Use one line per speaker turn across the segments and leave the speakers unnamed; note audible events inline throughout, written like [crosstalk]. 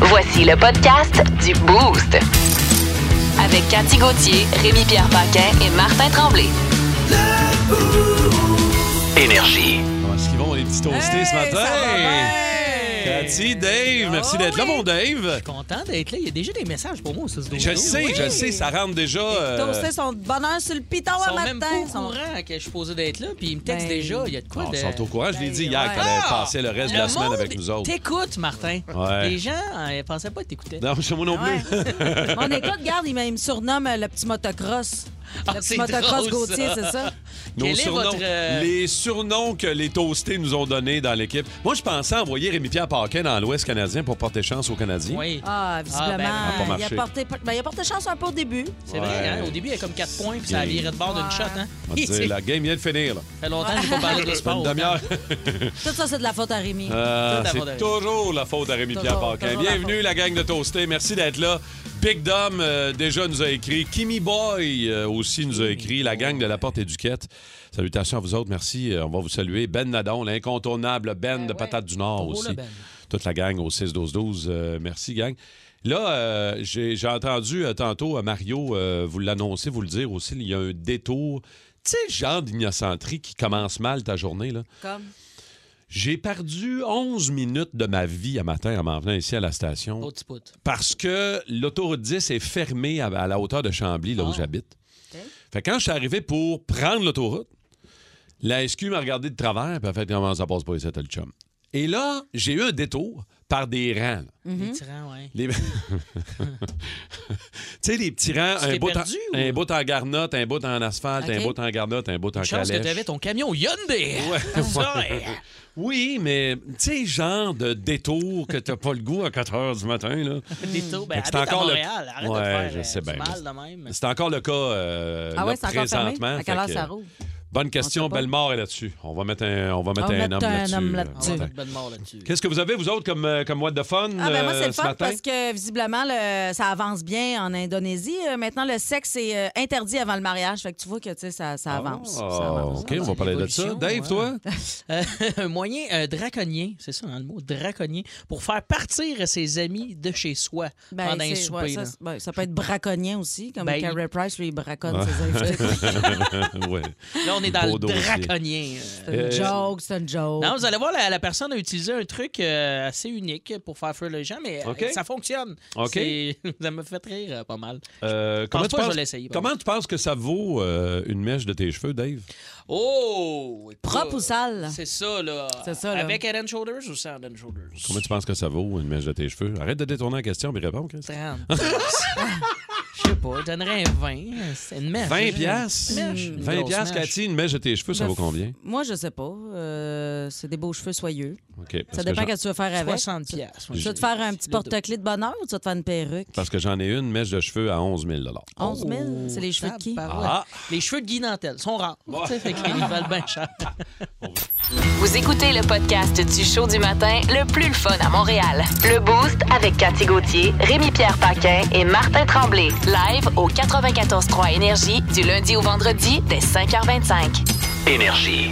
Voici le podcast du Boost. Avec Cathy Gauthier, Rémi-Pierre Paquin et Martin Tremblay.
Énergie.
Comment est-ce qu'ils vont, les petits toastés ce
Hey, ça
matin?
va bien!
Cathy, Dave, merci
Ah
d'être là,
oui.
mon Dave.
Content d'être là. Il y a déjà des messages pour moi au 6
Je le sais, je le sais, ça rentre déjà.
Les
euh,
toastés sont de bonheur Hein, sur le piton
Ils
à
sont
matin.
même pas au
Ils sont-
courant que je suis posé d'être là, puis ils me textent
Ben.
déjà. Il y a de quoi
non,
de... Ah!
Ils sont au courant, je l'ai dit
Ben,
hier
ouais.
qu'elle allait passer le reste de la
Le
semaine
monde
avec nous autres.
T'écoutes, Martin.
Ouais.
Les gens ne pensaient pas que t'écoutais.
Non, je- moi non
Ouais.
plus.
[laughs]
Mon écoute, garde, il, m'a- il me surnomme euh, le petit motocross.
Ah,
le petit
c'est
motocross
drôle,
Gauthier,
ça.
c'est ça?
Nos
Quel est
surnoms,
votre, euh,
Les surnoms que les toastés nous ont donnés dans l'équipe. Moi, je pensais envoyer Rémi-Pierre Paquin dans l'Ouest canadien pour porter chance aux Canadiens.
Oui.
Ah, visiblement.
Ah,
ben, ben.
il,
Ça a
a
pas
porté, ben, il a porté chance un peu au début.
C'est vrai,
Ouais.
hein? Au début, il y a comme 4 points, puis ça a
Bien.
viré de bord d'une shot, hein?
On va
[laughs]
te dire, la game vient de finir. Là.
Ça fait longtemps que j'ai pas parlé hein. de
Ça fait
sport.
une demi-heure.
[laughs]
Tout ça, c'est de la faute à Rémi.
Ah,
Tout à faute à
c'est
Rémi.
toujours la faute à Rémi-Pierre
Toujours,
Paquin.
toujours la
Bienvenue, la gang de Toasté. Merci d'être là. Big Dom, euh, déjà, nous a écrit. Kimi Boy euh, aussi nous a écrit. La gang de la Porte Éduquette. Salutations à vous autres. Merci. Euh, on va vous saluer. Ben Nadon, l'incontournable Ben de Patates du Nord
Bravo,
aussi.
le Ben.
Toute la gang au 6-12-12. Euh, merci, gang. Là, euh, j'ai j'ai entendu euh, tantôt euh, Mario euh, vous l'annoncer, vous le dire aussi. Il y a un détour. Tu sais, le genre d'ignocenterie qui commence mal ta journée, là.
Comme.
J'ai perdu 11 minutes de ma vie à matin en m'en venant ici à la station
Autre petit pout.
parce que l'autoroute 10 est fermée à, à la hauteur de Chambly, là où
Ah.
j'habite.
Ok.
Fait que quand je suis arrivé pour prendre l'autoroute, la SQ m'a regardé de travers puis a fait comment ça passe pas ici, t'as le chum. Et là, j'ai eu un détour par des rangs. là.
Mm-hmm.
Les tyrans, ouais.
Les... [laughs] tu sais, les petits rangs,
Tu
un
t'es
bout,
perdu,
en...
ou-
un bout en garnotte, un bout en asphalte, un
Ok.
bout en garnotte, un bout en
Chance que
calèche.
t'avais ton camion Hyundai. [laughs] Ça, hein. ouais.
Oui, mais tu sais, genre de détour que t'as pas le goût à 4 heures du matin. Là.
Des taux. Ben,
Fait que
habite
c'est
à
encore le-
Montréal. Arrête
Ouais,
de faire
je
euh,
sais
du
bien,
mal
mais-
de même.
C'est encore le cas euh,
Ah
là,
ouais, c'est encore fermé?
présentement.
À quelle
Fait
heure
que, euh,
ça roule?
bonne
On
question.
sait pas.
Bellemare est là-dessus. On va mettre un, on va mettre
On va
un
mettre
homme
un
là-dessus. euh,
homme
là.
là-dessus.
On va
Ouais.
faire de bonne mort là-dessus.
Qu'est-ce que vous avez, vous autres, comme, euh, comme what the fun
Ah, ben moi, c'est
euh,
le
ce
fun
matin?
parce que visiblement, le, ça avance bien en Indonésie. Euh, maintenant, le sexe est euh, interdit avant le mariage. Fait que tu vois que tu sais, ça, ça avance.
Ah,
Ça avance.
OK, on va parler de ça.
L'évolution,
Dave,
ouais.
toi?
[laughs] Euh, un moyen euh, draconien, c'est ça hein, le mot, draconien, pour faire partir ses amis de chez soi
Ben,
pendant un
c'est-
souper.
ouais, ça,
là.
c'est- ben, ça peut être braconnier aussi, comme
Ben,
Carrie Price, lui, il braconne ses invités.
[laughs] ouais.
Là, on est dans
Beau
le
dossier.
draconien. euh.
C'est
Euh,
une joke, c'est une joke.
Non, vous allez voir, la, la personne a utilisé un truc euh, assez unique pour faire fuir les gens, mais euh,
OK.
ça fonctionne.
OK.
C'est- [laughs] Ça me fait rire euh, pas mal.
Euh,
pense
comment, tu
pas que je
penses,
vais l'essayer, par
comment tu penses que ça vaut euh, une mèche de tes cheveux, Dave?
Oh! écoute,
Propre ou sale?
C'est ça, là.
C'est ça, là.
Avec Head and Shoulders ou sans Head and Shoulders?
[laughs]
Comment tu penses que ça vaut une mèche de tes cheveux? Arrête de détourner la question et réponds, Chris.
30.
[laughs]
Je sais pas, je donnerais un 20. C'est une mèche.
20
déjà.
piastres?
Une mèche, une
20
grosse
piastres,
mèche.
Cathy, une mèche de tes cheveux, ça
Ben,
vaut combien?
Moi, je sais pas. Euh, c'est des beaux cheveux soyeux.
OK,
Ça
parce que
dépend
j'en-
ce que tu veux faire avec.
60 piastres.
Tu vas te faire un petit porte-clés de bonheur ou tu vas te faire une perruque?
Parce que j'en ai une mèche de cheveux à 11 000
11 000, c'est les cheveux de qui?
Tabarouette.
Ah.
Les cheveux de Guy Nantel sont rares. Tu sais, fait qu'ils valent
[laughs]
bien cher.
Vous écoutez le podcast du show du matin le plus le fun à Montréal. Le Boost avec Cathy Gauthier, Rémi-Pierre Paquin et Martin Tremblay. Live au 94.3 Énergie du lundi au vendredi dès 5h25.
Énergie.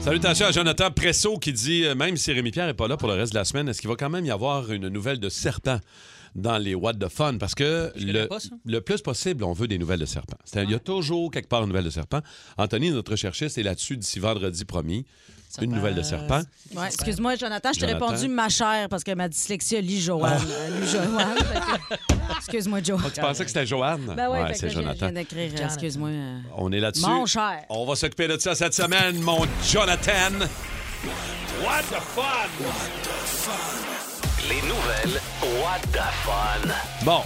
Salutations à Jonathan Presso qui dit euh, même si Rémi Pierre n'est pas là pour le reste de la semaine, est-ce qu'il va quand même y avoir une nouvelle de serpent dans les What the Fun? Parce que le,
connais pas ça.
le plus possible, on veut des nouvelles de serpent. C'est- Il y a toujours quelque part une nouvelle de serpent. Anthony, notre recherchiste, est là-dessus d'ici vendredi promis. Une nouvelle de serpent.
Ouais, excuse-moi, Jonathan, je t'ai
Jonathan. Ah.
répondu ma chère parce que ma dyslexie lit Joanne. Euh, lit Joanne. Fait
[laughs]
que- Excuse-moi, Joanne.
Oh, Tu pensais que c'était Joanne?
Ben ouais, fait que
c'est
là, je- Je
Jonathan.
viens d'écrire, euh, excuse-moi. euh,
On est là-dessus.
Mon cher.
On va s'occuper de ça cette semaine, mon Jonathan. What the fun!
Les nouvelles What the Fun.
Bon.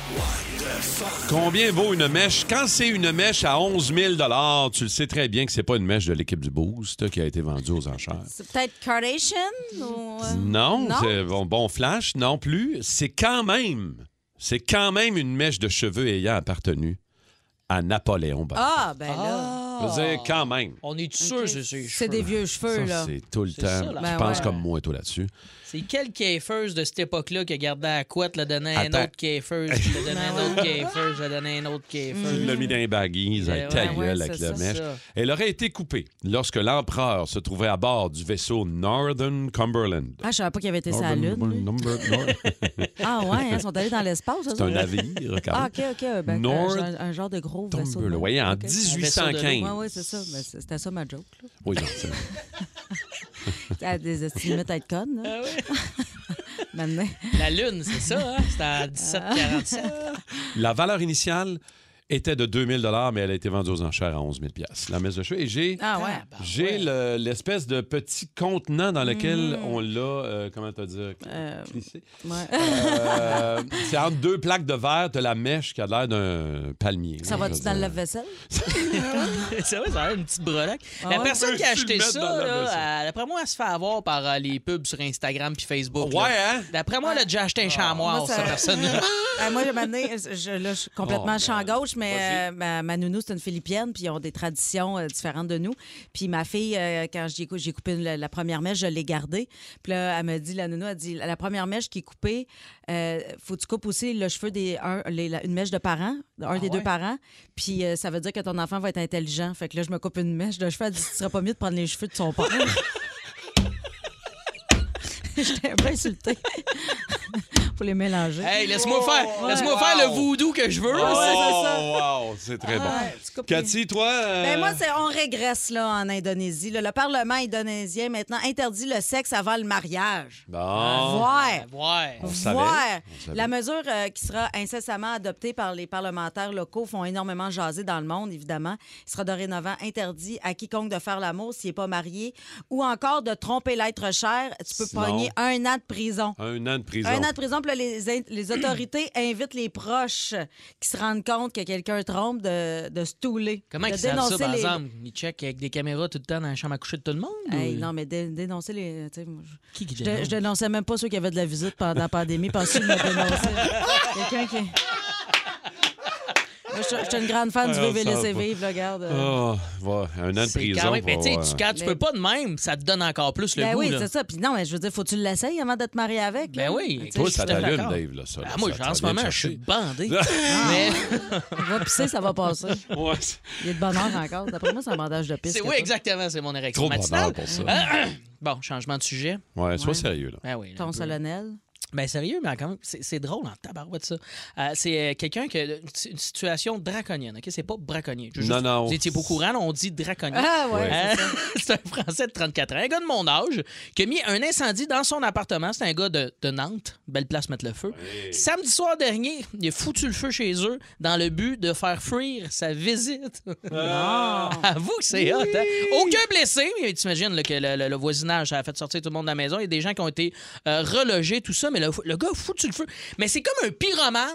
Combien vaut une mèche? Quand c'est une mèche à 11 000 tu le sais très bien que c'est pas une mèche de l'équipe du Boost euh, qui a été vendue aux enchères.
C'est peut-être Kardashian ou. euh,
Non,
Non?
c'est bon, bon flash, non plus. C'est quand même, c'est quand même une mèche de cheveux ayant appartenu à Napoléon Bonaparte.
Ah, ben là.
Je veux dire, quand même.
On est sûr, c'est ses
C'est
cheveux.
des vieux cheveux,
Ça,
là.
c'est tout le
C'est
temps.
ça,
tu
là.
Ben
penses
ouais.
comme moi, toi, là-dessus.
C'est quel kiffeuse de cette époque-là qui a gardé la couette, l'a donné à un
Attends.
autre kiffeuse, qui l'a donné à
Ah.
un autre kiffeuse, l'a donné à un autre kiffeuse.
Mm.
Il l'a mis dans les baguilles,
Ouais,
avec ta
ouais,
gueule,
ouais,
avec
c'est
la
ça,
mèche.
ça.
Elle aurait été coupée lorsque l'empereur se trouvait à bord du vaisseau Northern Cumberland.
Ah, je savais pas qu'il avait été sa
ben,
lune. lui. [laughs] Ah, ouais, hein, ils sont allés dans l'espace, eux
[laughs] C'est un
autres?
navire, quand
Ah,
même.
ok, ok. Ben,
North
un, un genre de gros vaisseau. de
Cumberland.
mer.
voyez, en
Ok. Ouais,
1815.
ouais, c'est ça. Ben, c'est- C'était ça ma joke. là.
[laughs] Oui, non, c'est-
À des estimates à être conne, là. [laughs] Maintenant.
La lune, c'est ça, hein? C'était à 1747.
Ah.
La valeur initiale était de 2000 mais elle a été vendue aux enchères à 11 000 La messe de cheveux. Et j'ai
Ah, ouais.
j'ai le- l'espèce de petit contenant dans lequel
Mm.
on l'a, euh, comment te dire,
Euh.
glissé.
ouais.
Euh, c'est entre deux plaques de verre de la mèche qui a l'air d'un palmier.
Ça
là,
va-tu
je veux
dans le
dire. [laughs]
lave-vaisselle?
c'est vrai, ça a l'air une petite breloque.
Ah
La
ouais?
personne qui a
Peux-tu le
acheté
mettre dans
ça,
la vaisselle?
là, elle- d'après moi, elle se fait avoir par euh, les pubs sur Instagram puis Facebook.
Ouais,
là.
hein?
D'après moi, elle a déjà acheté un chamois,
Ah. Moi, ça-
cette
[laughs]
personne
Ah, moi, j'ai m'amené, je, là, je suis complètement champ gauche, mais euh, ma, ma nounou, c'est une Philippienne, puis ils ont des traditions euh, différentes de nous. Puis ma fille, euh, quand j'ai cou- j'ai coupé la, la première mèche, je l'ai gardée. Puis là, elle me dit, la nounou, elle dit, la première mèche qui est coupée, euh, faut que tu coupes aussi le cheveu des un- les- la- une mèche de parents, un des deux parents. Puis euh, ça veut dire que ton enfant va être intelligent. Fait que là, je me coupe une mèche de cheveux. Elle dit, ce serait pas mieux de prendre les cheveux de son parent. [laughs] J'étais un peu insultée. Faut les mélanger.
Hey, laisse-moi faire, laisse-moi faire le voodoo que je veux.
Oh,
là,
wow, c'est très bon.
Ouais, tu coupes les-
Cathy, toi. euh,
Ben moi, c'est on régresse là en Indonésie. là. Le Parlement indonésien maintenant interdit le sexe avant le mariage.
Bon.
Ouais.
c'est- Oh, Ouais.
On savait.
Ouais.
On savait.
La mesure euh, qui sera incessamment adoptée par les parlementaires locaux font énormément jaser dans le monde, évidemment. Il sera dorénavant interdit à quiconque de faire l'amour s'il n'est pas marié ou encore de tromper l'être cher. Tu peux
Sinon-
pogner un an de prison.
Un an de prison.
Un an de prison, puis là, les, in- les autorités [clears throat] invitent les proches qui se rendent compte que quelqu'un trompe de, de se touler.
Comment
de
ils savent ça,
dénoncer
par
les-
exemple? Ils checkent avec des caméras tout le temps dans la chambre à coucher de tout le monde?
Hey,
ou-
non, mais dé- dénoncer les. tu sais, moi, je-
Qui qui
je, dé-
dénonce?
je dénonçais même pas ceux qui avaient de la visite pendant la pandémie parce qu'ils me
[laughs]
dénonçaient. Quelqu'un qui. Moi, je- je suis une grande fan du
Ah, ça
VVLC
va pas.
Vive, là, regarde. euh.
Oh,
Ah, ouais, un an de
C'est
prison.
quand même. Mais
pour
tu sais,
avoir-
tu- quand tu peux pas de même, ça te donne encore plus le
Ben
goût.
oui,
là.
c'est ça. Puis non, mais je veux dire, faut que tu l'essayes avant de te marier avec.
Ben
là.
oui.
Tu sais,
Toi,
je
ça
suis tout à fait
t'allume,
d'accord.
Dave, là, ça. là,
Ah, moi,
ça-
en
ça
ce
vient te
moment, je
chercher.
suis bandé.
Ah.
mais
Ah, Va pisser, ça va
[laughs]
passer.
Ouais,
Il y a de bonheur encore. D'après moi, c'est un bandage de pisse.
c'est oui, exactement, c'est mon érection
Trop de
matinale. Euh,
bonheur pour ça.
Bon, changement de sujet.
Ouais, sois sérieux, là.
Ben oui. là, un
Ton
peu.
solennel.
Ben sérieux, mais quand même, c'est c'est drôle en tabarouette, ça. Euh, c'est euh, quelqu'un qui a une une situation draconienne, OK? C'est pas braconnier. Je veux
Non,
juste-
non.
Vous étiez pas au courant, là, on dit draconien.
Ah, ouais.
Ouais.
Hein? C'est un [laughs] Français de 34 ans, un gars de mon âge, qui a mis un incendie dans son appartement. C'est un gars de, de Nantes, belle place mettre le feu. Samedi soir dernier, il a foutu le feu chez eux dans le but de faire fuir sa visite. [laughs] Avoue que c'est hot, hein? Aucun blessé, mais t'imagines là, que le, le- le voisinage a fait sortir tout le monde de la maison. Il y a des gens qui ont été euh, relogés, tout ça, mais le, le gars a foutu le feu. Mais c'est comme un pyromane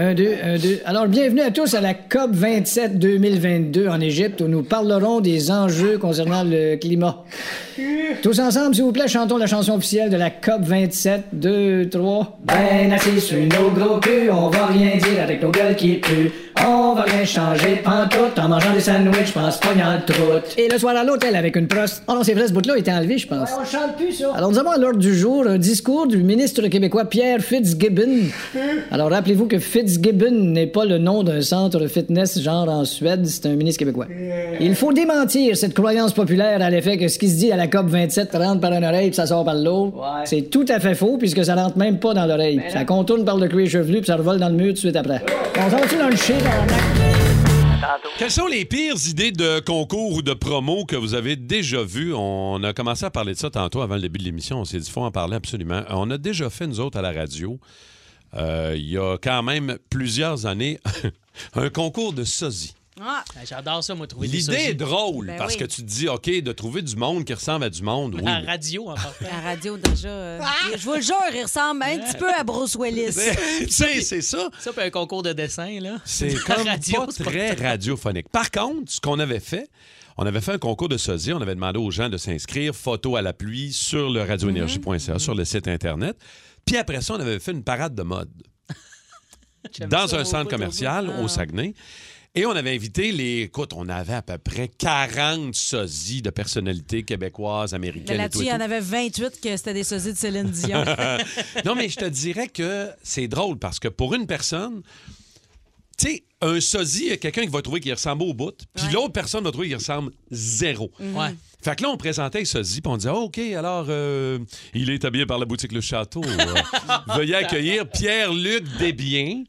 Un, deux, un, deux. Alors, bienvenue à tous à la COP 27 2022 en Égypte où nous parlerons des enjeux concernant le climat. Tous ensemble, s'il vous plaît, chantons la chanson officielle de la COP 27, 2, 3. Ben assis sur nos gros culs, on va rien dire avec nos gueules qui puent. On va rien changer pantoute en mangeant des sandwichs, pense pas en tout. Et le soir à l'hôtel avec une proste. Oh non, c'est vrai, ce bout-là était enlevé, je pense. on chante plus, ça. Alors nous avons à l'ordre du jour un discours du ministre québécois Pierre Fitzgibbon. Alors rappelez-vous que Fitzgibbon n'est pas le nom d'un centre fitness genre en Suède, c'est un ministre québécois. Il faut démentir cette croyance populaire à l'effet que ce qui se dit à la COP 27 rentre par une oreille puis ça sort par l'autre. C'est tout à fait faux puisque ça rentre même pas dans l'oreille. Ça contourne par le cuir chevelu puis ça revole dans le mur tout de suite après. On s'en dans le shit, tabarnak?
Quelles sont les pires idées de concours ou de promo que vous avez déjà vues? On a commencé à parler de ça tantôt avant le début de l'émission. On s'est dit, faut en parler absolument. On a déjà fait, nous autres, à la radio, euh, il y a quand même plusieurs années, [laughs] un concours de sosie.
Ah,
Ah, J'adore ça, moi, trouver des
L'idée
sosies.
est drôle
Ben
parce
oui.
que tu te dis, OK, de trouver du monde qui ressemble à du monde. Oui,
À
mais-
la
[laughs]
radio, en partant.
la radio, déjà. euh, Je vous le jure, il ressemble un petit peu à Bruce Willis.
[laughs] Tu sais, c'est ça.
Ça, puis un concours de dessin, là. [laughs]
C'est
La
comme
radio,
pas
c'est pas-
très radiophonique. Par contre, ce qu'on avait fait, on avait fait un concours de sosie. On avait demandé aux gens de s'inscrire, photo à la pluie, sur le radioénergie.ca,
Mm-hmm.
sur le site Internet. Puis après ça, on avait fait une parade de mode
J'aime
dans
ça,
un
au
centre
bout,
[laughs]
au
commercial
Ah.
au Saguenay. Et on avait invité les... Écoute, on avait à peu près 40 sosies de personnalités québécoises,
Mais
américaines et tout
là-dessus,
et
il y
tout.
en avait 28 que c'était des sosies de Céline Dion.
[laughs] non, mais je te dirais que c'est drôle parce que pour une personne, tu sais, un sosie, il y a quelqu'un qui va trouver qu'il ressemble au bout, puis l'autre personne va trouver qu'il ressemble zéro.
bout. Ouais.
Fait que là, on présentait le sosie, puis on disait, Ah, OK, alors, euh, il est habillé par la boutique Le Château.
[laughs]
Euh, veuillez
Ah,
accueillir Pierre-Luc Desbiens.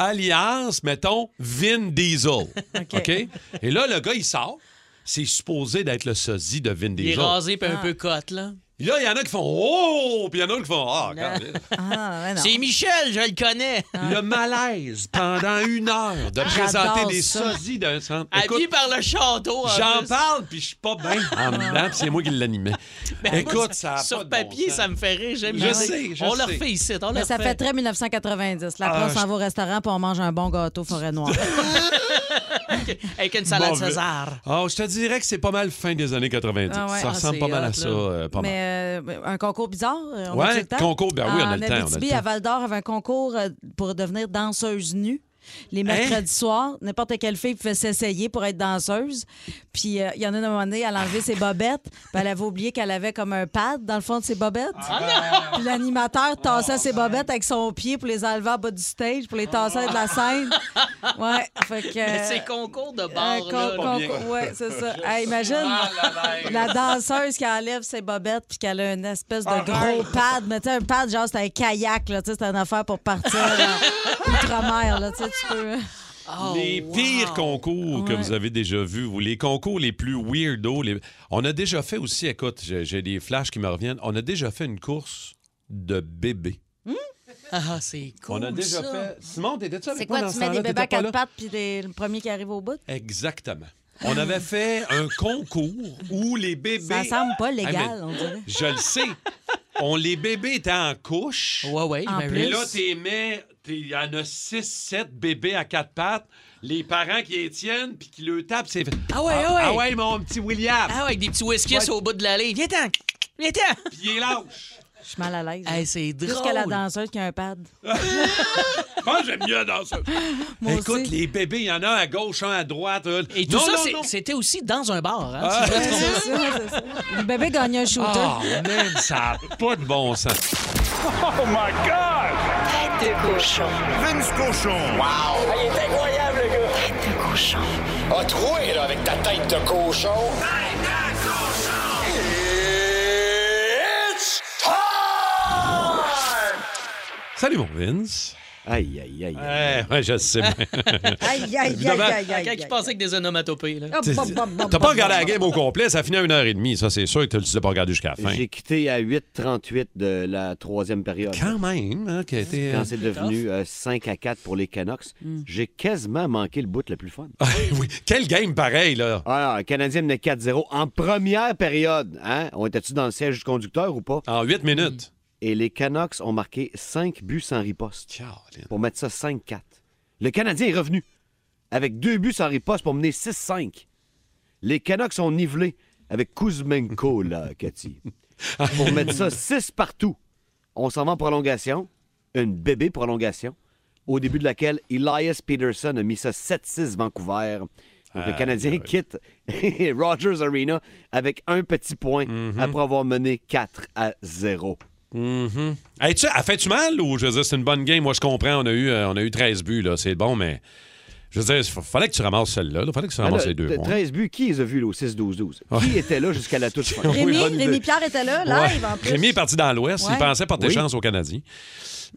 Alias, mettons, Vin Diesel. OK? Et là, le gars, il sort. C'est supposé d'être le sosie de Vin
Il est
Diesel.
rasé, puis
Ah.
un peu cote, là.
Et Là, il y en a qui font Oh! Puis il y en a qui font Ah, regarde.
ah, mais non. Ah.
C'est Michel, je le connais.
Le malaise pendant une heure de présenter des
ça.
sosies d'un centre.
Habillé
Écoute,
par le château. en
j'en
plus.
parle, puis je suis pas bien
Ah.
en dedans, puis c'est moi qui l'animais.
[laughs] Ben, moi,
Écoute, ça a
Sur
pas de bon
papier,
sens.
ça me fait rire. J'aime
Je
bien.
sais, je
On le
sais.
refait ici. On le
Mais ça
refait.
fait très 1990.
Ah,
La on s'en va au restaurant puis on mange un bon gâteau forêt noire.
[laughs] Avec une salade
Mauvais.
César.
Ah, je te dirais que c'est pas mal fin des années 90.
Ah ouais,
ça
ah,
ressemble
c'est
pas mal à
hot,
ça.
là.
euh, pas mal.
Mais euh, un concours bizarre. euh, On
Ouais,
a le temps?
concours, ben oui, on a
En
le temps, on a le
Abitibi,
temps.
à Val d'Or, avait un concours euh, pour devenir danseuse nue.
Hein?
Les mercredis soirs, n'importe quelle fille pouvait s'essayer pour être danseuse. Puis euh, il y en a une à un moment donné, elle a enlevé ses bobettes. Puis elle avait oublié qu'elle avait comme un pad dans le fond de ses bobettes. Puis l'animateur tassait ses bobettes avec son pied pour les enlever en bas du stage, pour les tasser de la scène. [laughs] Ouais, fait que...
Mais
euh,
C'est concours de
un
bar. là.
con- con- ouais, c'est
[laughs]
ça. Hey, imagine la danseuse qui enlève ses bobettes puis qu'elle a une espèce de gros pad. Mais tu sais, un pad, genre, c'est un kayak, là. Tu sais, c'est une affaire pour partir euh, outre-mer, là. Tu sais, tu peux.
oh,
Oh,
les pires concours que vous avez déjà vus, vous, les concours les plus weirdos. les- On a déjà fait aussi, écoute, j'ai j'ai des flashs qui me reviennent. On a déjà fait une course de bébés.
Ah, c'est cool.
On a déjà
ça.
fait. Simon, t'étais-tu avec
C'est
moi
quoi,
dans
tu
ce
mets des
temps-là?
bébés à
T'étais pas là?
quatre pattes puis les- le premier qui arrive au bout?
Exactement. On avait fait un concours où les
Ça
bébés.
semble pas légal,
Hey, mais-
on dirait.
Je le sais. On, les bébés étaient en couche.
Ouais, ouais,
En
Mary.
Et
plus.
là, t'es mets. t'es- Il y en a 6, 7 bébés à quatre pattes. Les parents qui les tiennent puis qui le tapent, c'est.
Ah ouais, ah
ah,
ouais.
ah ouais, mon petit William.
Ah, ouais, avec des petits whisky au bout de l'allée. Viens-t'en. Viens-t'en.
Puis il est lâche.
Je suis mal à l'aise.
Hey, c'est drôle.
Jusqu'à la danseuse qui a un pad.
Moi, Ah, j'aime mieux dans ça.
Moi
Écoute,
aussi.
les bébés, il y en a un à gauche, un à droite. un-
Et tout
Non,
ça,
non,
c'est-
non.
c'était aussi dans un bar. Hein?
Ah.
Ouais, [laughs] c'est ça, c'est ça. Le bébé gagne un shooter.
Ah, man, ça n'a pas de bon sens.
Tête de cochon.
Oh Vince Cochon.
Ah, il est incroyable, le gars. Tête de cochon.
A troué, là, avec ta tête de cochon.
It's time!
Salut, mon Vince.
Aïe, aïe, aïe.
Ouais, ouais, je sais bien.
[laughs] Aïe, aïe, aïe,
Évidemment.
aïe, aïe,
Quelqu'un qui
aïe.
passait avec des onomatopées. Là.
T'as t'as pas regardé la game au complet, ça finit à 1h30. Ça, c'est sûr que tu l'as pas regardé jusqu'à la fin.
J'ai quitté à 8,38 de la troisième période.
Quand même, hein, qui a été.
Quand c'est devenu euh, 5 à 4 pour les Canucks, j'ai quasiment manqué le bout le plus fun.
Ah, oui. Quel game pareil, là.
Alors, le Canadien menait 4-0 en première période. Hein? On était-tu dans le siège du conducteur ou pas? Hmm.
En 8 minutes.
Et les Canucks ont marqué 5 buts sans riposte
Caroline.
pour mettre ça 5-4. Le Canadien est revenu avec deux buts sans riposte pour mener 6-5. Les Canucks ont nivelé avec Kuzmenko, là, Cathy. Pour mettre ça 6 partout. On s'en va en prolongation, une bébé prolongation, au début de laquelle Elias Peterson a mis ça 7-6 Vancouver. Donc, le
Ah,
Canadien quitte [laughs] Rogers Arena avec un petit point après avoir mené 4 à 0.
Mhm. Hey, tu sais, elle fait-tu mal ou je veux dire, c'est une bonne game? Moi, je comprends, on a eu, euh, on a eu 13 buts, là, c'est bon, mais je veux dire, f- fallait que tu ramasses celle-là, là. fallait que tu
Ah,
ramasses
là,
les deux.
de-
moi.
13 buts, qui les a vus là, au 6-12-12? Qui
Ouais.
était là jusqu'à la toute fin?
Rémi, Rémi Pierre était là, live en plus.
Rémi est parti dans l'Ouest,
Ouais.
il pensait porter
Oui.
chance aux Canadiens.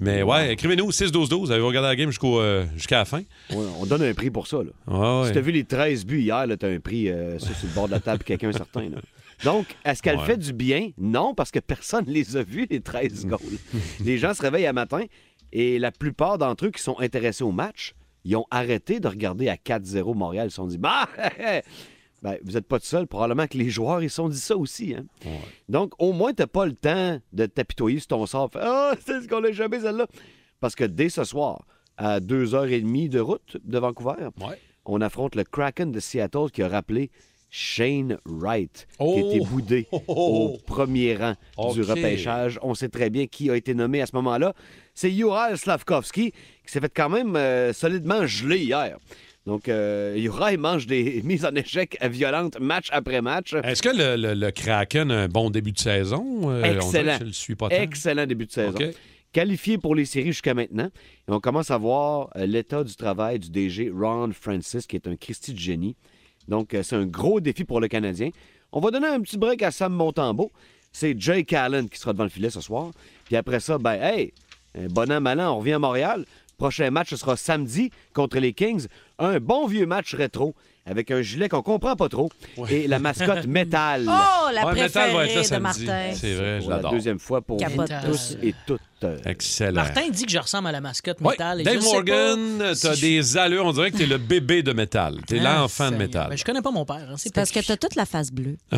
Mais ouais, écrivez-nous 6-12-12, avez-vous regardé la game jusqu'au, euh, jusqu'à la fin?
on donne un prix pour ça. Là.
Ouais,
Si t'as vu les 13 buts hier, là, t'as un prix euh, ça, sur le bord de la table, quelqu'un certain. là. Donc, est-ce qu'elle
Ouais.
fait du bien? Non, parce que personne ne les a vus, les 13
[laughs]
goals. les gens se réveillent à matin et la plupart d'entre eux qui sont intéressés au match, ils ont arrêté de regarder à 4-0 Montréal. Ils se sont dit, bah, [laughs] ben, vous n'êtes pas tout seul. Probablement que les joueurs, ils se sont dit ça aussi. hein. Donc, au moins, t'as pas le temps de t'apitoyer sur ton sort. Fais, Ah, [laughs] c'est ce qu'on n'a jamais, celle-là. Parce que dès ce soir, à 2h30 de route de Vancouver, on affronte le Kraken de Seattle qui a rappelé Shane Wright, qui
[laughs] Oh!
était boudé au premier rang du
Ok.
repêchage. On sait très bien qui a été nommé à ce moment-là. C'est Ural Slavkovski qui s'est fait quand même euh, solidement geler hier. Donc, euh, Ural mange des [laughs] mises en échec violentes match après match.
Est-ce que le, le- le Kraken a un bon début de saison? Euh, on
Excellent.
dirait que je le suis pas tant.
Excellent début de saison.
OK.
Qualifié pour les séries jusqu'à maintenant. Et on commence à voir euh, l'état du travail du DG Ron Francis, qui est un Christy de génie. Donc, euh, c'est un gros défi pour le Canadien. On va donner un petit break à Sam Montembeau. C'est Jake Allen qui sera devant le filet ce soir. Puis après ça, ben, hey, euh, bon an, mal an, on revient à Montréal. Prochain match, ce sera samedi contre les Kings. Un bon vieux match rétro avec un gilet qu'on comprend pas trop et la mascotte métal.
Oh, la Ouais, Métal va être là préférée de samedi. Martin.
C'est vrai, je
Pour la
l'adore.
deuxième fois pour vous
Capote.
tous et toutes.
Excellent.
Martin dit que je ressemble à la mascotte
Ouais,
métal. et
Dave
je sais
Morgan,
pas
t'as
si je-
des allures, on dirait que t'es le bébé de métal. T'es
Ah,
l'enfant de
Seigneur.
métal.
Ben, je connais pas mon père. hein, C'est
C'est parce que t'as toute la face bleue.
[laughs]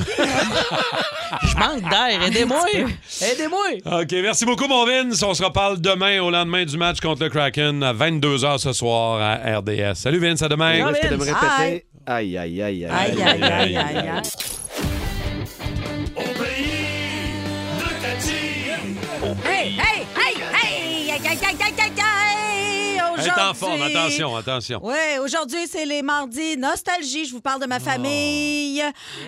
Je manque d'air. Aidez-moi.
[laughs] Un petit
Aidez-moi.
OK, merci beaucoup, mon Vince. On se reparle demain au lendemain du match contre le Kraken à 22h ce soir à RDS. Salut, Vince, à demain.
Moi, je te devrais répéter. Aïe, aïe, aïe, aïe.
Aïe, aïe, aïe,
aïe.
Au pays de
Hey, hey, hey, hey, hey, hey, hey, hey, hey, hey,
Elle
aujourd'hui.
est en forme, attention, attention.
Oui, aujourd'hui, c'est les mardis nostalgie. Je vous parle de ma famille.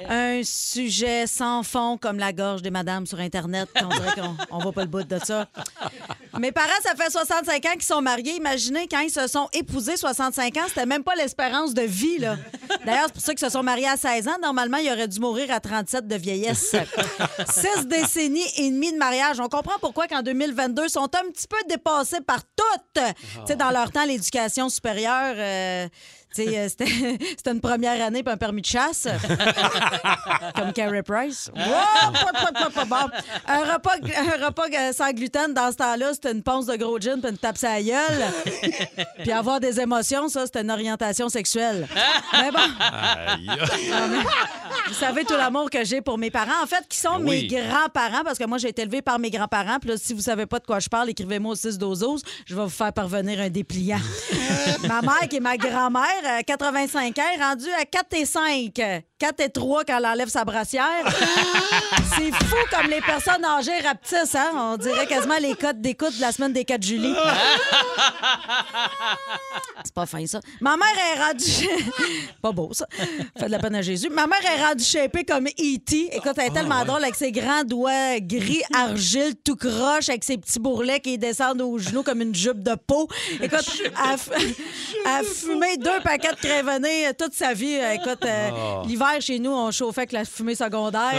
Un sujet sans fond comme la gorge des madames sur Internet. On dirait qu'on on voit pas le bout de ça. Mes parents, ça fait 65 ans qu'ils sont mariés. Imaginez, quand ils se sont épousés 65 ans, c'était même pas l'espérance de vie. là. D'ailleurs, c'est pour ça qu'ils se sont mariés à 16 ans. Normalement, ils auraient dû mourir à 37 de
[laughs]
vieillesse. Six décennies et demie de mariage. On comprend pourquoi qu'en 2022, ils sont un petit peu dépassés par toutes. Tu sais, dans leur temps, l'éducation supérieure... euh, tu sais, euh, c'était [laughs] c'était une première année puis un permis de chasse. [laughs] Comme Carrie Price. Wow, pas, pas, pas, pas bon. Un repas, un repas euh, sans gluten, dans ce temps-là, c'était une ponce de gros gin puis une tape sa gueule. puis avoir des émotions, ça, c'était une orientation sexuelle. Mais bon, vous savez tout l'amour que j'ai pour mes parents. En fait, qui sont
Ben oui.
mes grands-parents, parce que moi, j'ai été élevée par mes grands-parents. Puis là, si vous savez pas de quoi je parle, écrivez-moi au 6 12 12. Je vais vous faire parvenir
[laughs]
un dépliant. ma mère, qui est ma grand-mère, euh, 85 ans, est rendue à 4 et 5. 4 et 3 quand elle enlève sa
[laughs]
brassière. C'est fou comme les personnes âgées rapetissent, hein? On dirait quasiment les codes d'écoute de la semaine des 4 juillet.
[laughs]
C'est pas fin, ça. Ma mère est rendue. [laughs] pas beau, ça. Fait de la peine à Jésus. Ma mère est rendue shapée comme E.T. Écoute, elle est tellement drôle avec ses grands doigts gris, argile, tout croche, avec ses petits bourrelets qui descendent aux genoux comme une jupe de peau. Écoute, elle, f- [laughs] elle a fumé deux paquets de crévenés toute sa vie. Écoute, euh,
Ah.
l'hiver, chez nous, on chauffait avec la fumée secondaire.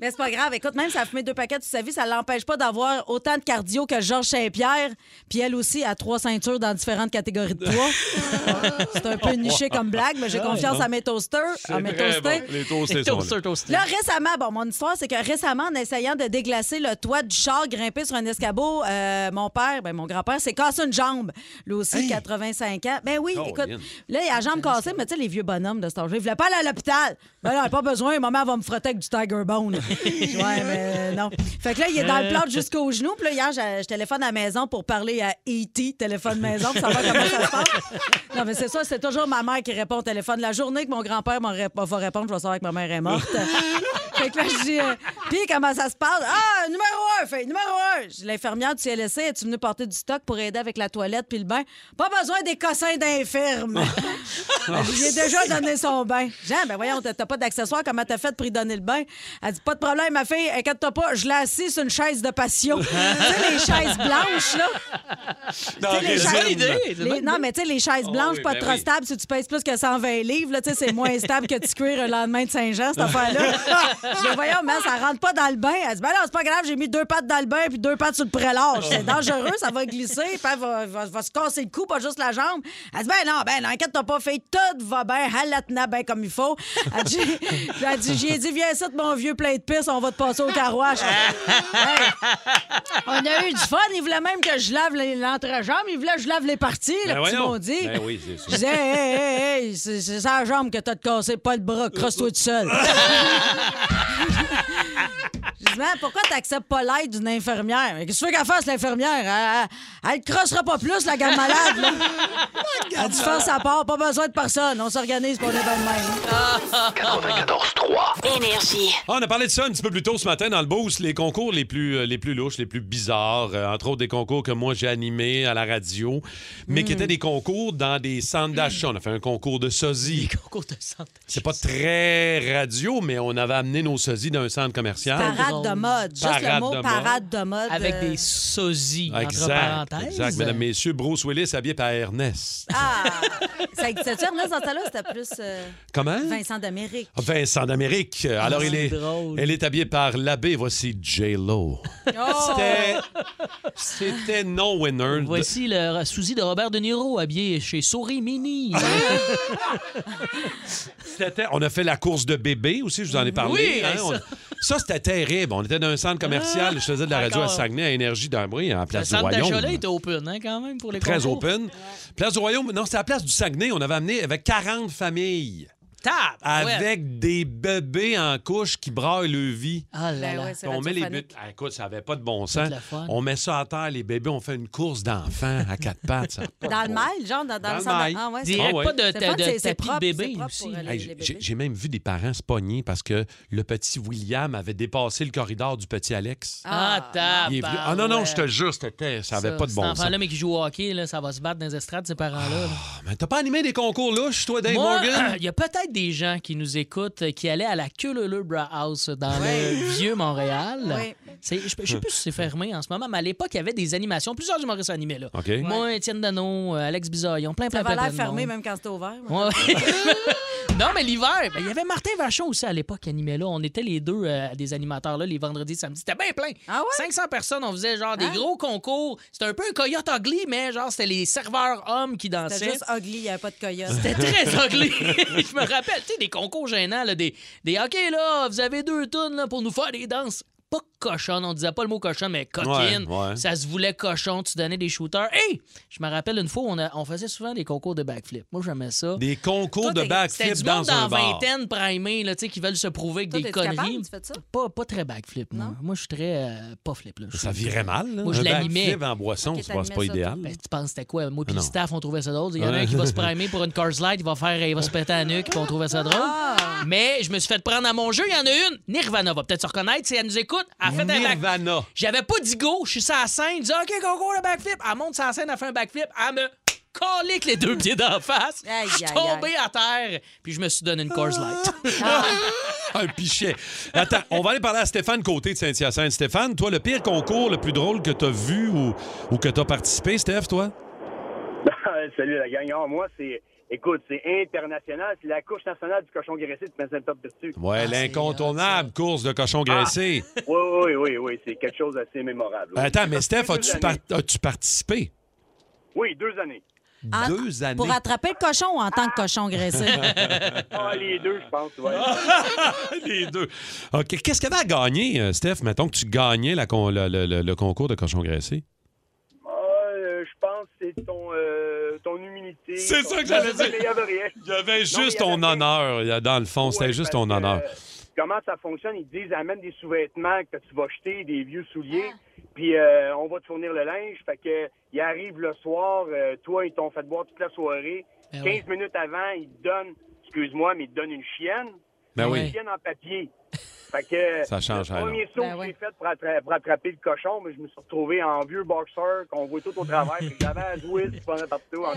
Mais c'est pas grave. Écoute, même si elle a fumé deux paquets toute sa vie, ça l'empêche pas d'avoir autant de cardio que Georges Saint-Pierre. Puis elle aussi a trois ceintures dans différentes catégories de poids.
[laughs]
c'est un peu niché comme blague, mais j'ai
Ouais,
confiance
non.
à mes toasters.
Ah,
À mes
très
toastés.
bon. Les toastés Les sont toasters, là. toastés.
Là, récemment, bon, mon histoire, c'est que récemment, en essayant de déglacer le toit du char grimpé sur un escabeau, euh, mon père, ben, mon grand-père, s'est cassé une jambe. Lui aussi, 85 ans. Ben oui,
Oh,
écoute,
Lynn.
là, il a la jambe cassée, mais tu sais, les vieux bonhommes, autonome de cet âge. Il voulait pas aller à l'hôpital. Ben là, pas besoin. Maman va me frotter avec du Tiger Bone. ouais, mais non. Fait que là, il est dans le plâtre jusqu'au genou. Puis là, hier, je, je téléphone à la maison pour parler à E.T., téléphone maison, pour savoir comment ça se passe. Non, mais c'est ça, c'est toujours ma mère qui répond au téléphone. La journée que mon grand-père m'en rép- va répondre, je vais savoir que ma mère est morte. fait que là, je dis, euh, puis comment ça se passe? Ah, numéro un, fait, numéro un. Je dis, L'infirmière du CLSC, es-tu venue porter du stock pour aider avec la toilette puis le bain? Pas besoin des cossins d'infirme.
Ah.
J'ai déjà donné son bain. Jean, ben voyons, t'as t'as pas d'accessoires, comment t'as fait pour y donner le bain? Elle dit, pas de problème, ma fille, inquiète-toi pas, je l'ai assise sur une chaise de patio. tu sais, les chaises blanches, là.
[laughs] Non,
Tu sais, les
résume.
chaises-
idée, c'est une
les-
bonne
non, mais tu sais, les chaises blanches,
oui,
pas
ben
trop
oui.
stables. Si tu pèses plus que 120 livres, là, tu sais, c'est moins stable que de se cuire le lendemain de Saint-Jean, cette
[laughs]
affaire-là. Je dis, voyons, mais ça rentre pas dans le bain. Elle dit, ben non, c'est pas grave, j'ai mis deux pattes dans le bain puis deux pattes sur le prélage. C'est
Ah.
dangereux, ça va glisser, puis elle va, va- va se casser le cou, pas juste la jambe. Elle dit, ben non, ben non, inquiète-toi pas, fait tout va bien, halatna bien comme il faut. Elle
[laughs]
dit, elle dit, j'ai dit, viens ici, mon vieux plein de pisse, on va te passer au
[laughs]
carouage. Hey, on a eu du fun. Il voulait même que je lave les- l'entrejambe. Il voulait que je lave les parties,
Ben
le petit
voyons.
bondi.
Ben oui, c'est sûr.
Je disais, hey, hey, hey, hey, c'est c'est sa jambe que t'as de cassé, pas le bras. Crosse-toi tout
[laughs]
seul. Je dis, mais pourquoi t'acceptes pas l'aide d'une infirmière? Mais Qu'est-ce que tu veux qu'elle fasse, l'infirmière? Elle, elle, elle te crossera pas plus, la gamme malade. Là. Elle dit, fais sa part, pas besoin de personne. On s'organise pour les bonnes mains.
Énergie.
Ah, on a parlé de ça un petit peu plus tôt ce matin dans le Boost, les concours les plus, euh, les plus louches, les plus bizarres, euh, entre autres des concours que moi j'ai animés à la radio, mais
Hmm.
qui étaient des concours dans des centres d'achat. On a fait un concours de sosie.
Concours de santé.
C'est pas très radio, mais on avait amené nos sosies d'un centre commercial.
Parade de mode. Juste
Ah, Parade
le mot
de mode.
parade de mode.
Avec
euh,
des sosies, entre
Exact,
parenthèses.
exact. Mesdames, messieurs, Bruce Willis habillé par Ernest.
Ah! Ça existait-tu, Ernest, dans ce temps-là? C'était plus euh,
Comment?
Vincent d'Amérique.
Vincent d'Amérique. Alors,
Ah, c'est
il est,
drôle.
elle est habillée par l'abbé. Voici
[laughs]
J-Lo. C'était- C'était non winner.
Voici le sousi de Robert De Niro, habillé chez Souris Mini.
Ah!
Ah!
C'était- On a fait la course de bébé aussi, je vous en ai
Oui,
parlé. hein,
ça-
on- ça, c'était terrible. On était dans un centre commercial. Je faisais de la radio à
Encore.
Saguenay, à Énergie d'Ambry, en
Ah, Le
place du
centre
Royaume.
d'achat était open, hein, quand même, pour les
Très
concours.
open. Place du Royaume, non, c'était à la place du Saguenay. On avait amené avec 40 familles,
Tap! ouais.
avec des bébés en couche qui braillent le vie.
Ah là
Ben
là.
ouais, c'est
on met les
radiophonique.
buts. Ah, écoute, ça n'avait pas de bon sens.
de la fun.
On met ça à terre, les bébés, on fait une course d'enfants à quatre pattes. ça a pas de
Dans le
bon
mail, genre, dans, dans
Dans
le
le
centre-
mail.
Ah, ouais, c'est-
Direct,
Ah ouais.
pas de,
C'est fun,
ta- de
c'est- c'est
tapis
propre,
de
c'est
bébé
propre
aussi.
pour
là.
aller-
Hey,
les
j'ai-
bébés.
J'ai même vu des parents se pogner parce que le petit William avait dépassé le corridor du petit Alex.
Ah, tap!
Il est venu- Ah non, non, je te jure, c'était- ça avait pas de bon
Cet
sens.
enfant-là, mais qui joue au hockey, là, ça va se battre dans les estrades, ces parents-là. là.
Ah, mais t'as pas animé des concours louches, toi, Dave
Moi,
Morgan?
[clears throat] il y a peut-être des gens qui nous écoutent euh, qui allaient à la Queue Bra House dans le vieux
[laughs]
Montréal.
Oui.
C'est- Je ne sais plus si c'est fermé en ce moment, mais à l'époque, il y avait des animations. Plusieurs humoristes animés. Là.
OK.
Moi, Étienne Dano, euh, Alex Bisaillon, plein,
Ça
plein,
avait
plein, plein
l'air
de
fermé
monde.
même quand c'était ouvert. moi.
Ouais. [laughs] non, mais l'hiver, ben, il y avait Martin Vachon aussi à l'époque qui animait là. On était les deux euh, des animateurs là, les vendredis, samedis. C'était bien plein.
Ah ouais? Hein?
500 personnes, on faisait genre des gros concours. C'était un peu un coyote ugly, mais genre, c'était les serveurs hommes qui dansaient.
C'était juste ugly, il n'y avait pas de coyote.
C'était très ugly. [laughs] je me rappelle, tu sais, des concours gênants, là, des, des OK, là, vous avez deux tonnes là, pour nous faire des danses. Pas cochonne, on disait pas le mot cochonne, mais coquine.
Ouais, ouais.
Ça se voulait cochon, tu donnais des shooters. Hey! Je me rappelle une fois, on, a- on faisait souvent des concours de backflip. Moi, j'aimais ça.
Des concours
Toi,
de
t'es-
backflip
c'était du
dans
monde
un
dans
bar.
vingtaine primés, là, tu sais, qui veulent se prouver avec
Toi,
des
t'es-tu
conneries.
capable, tu fais ça?
Pas, pas très backflip, moi. Moi, je suis très euh, pas flip. Là. Je
Ça
suis-
virait mal, là.
Moi, je
un
l'animais.
backflip en boisson,
Ok,
c'est pas, c'est pas
t'animais ça,
idéal. Ah,
Ben, tu penses c'était quoi? Moi puis le
Non.
staff, on trouvait ça drôle. Il y en a
Ouais.
un qui va se primer pour une Cars Light, il va faire, il va se péter à la nuque, puis on trouvait ça drôle.
Ah!
Mais je me suis fait prendre à mon jeu. Il y en a une, Nirvana, va peut-être se reconnaître si elle nous écoute. Elle fait un back-
Nirvana.
J'avais pas dit go, je suis sur la scène, je dis OK, concours le backflip. Elle monte sur la scène, elle fait un backflip, elle me colique les deux pieds d'en face.
Aïe,
Je suis
aïe,
tombé à terre, puis je me suis donné une
Ah,
Cars Light.
un pichet. Attends, on va aller parler à Stéphane Côté de Saint-Hyacinthe. Stéphane, toi, le pire concours, le plus drôle que t'as vu ou, ou que t'as participé, Steph, toi?
[laughs] Salut la gang. Ah, moi, c'est. Écoute, c'est international. C'est la couche nationale du cochon graissé de Vincent Top dessus.
Ah,
Ouais, l'incontournable course de cochon graissé.
Oui, oui, oui, oui. C'est quelque chose d'assez mémorable. oui.
Attends, mais Steph, as-tu,
Deux
par-
années.
as-tu participé?
Oui, deux années.
[laughs] En-
Deux années.
Pour attraper le cochon ou en tant que cochon
[laughs]
graissé.
Ah, les deux, je pense, ouais.
[laughs] Les deux. OK. Qu'est-ce qu'il y avait à gagner, euh, Steph? Mettons que tu gagnais la con- le, le- le- le concours de cochon graissé.
Ah, euh, je pense que c'est ton, euh, ton humilité. dignité.
C'est ça que j'allais dire.
Il y avait rien.
Il y avait
Non,
juste
mais il y
ton honneur, il y a- dans le fond. C'était juste ton honneur.
comment ça fonctionne. Ils disent amène des sous-vêtements que tu vas jeter, des vieux souliers,
Ah.
puis euh, on va te fournir le linge. Fait que il arrive le soir, euh, toi ils t'ont fait boire toute la soirée.
Ben
Eh
15 minutes avant, ils te donnent, excuse-moi, mais ils te donnent une chienne.
Ben
une
oui.
chienne en
[laughs]
papier. Fait que
Ça change,
le
alors.
premier saut que j'ai fait pour, attra- pour attraper le cochon, mais je me suis retrouvé en vieux boxeur qu'on voit tout au travers. puis J'avais à jouer, je prenais
[laughs]
partout. En...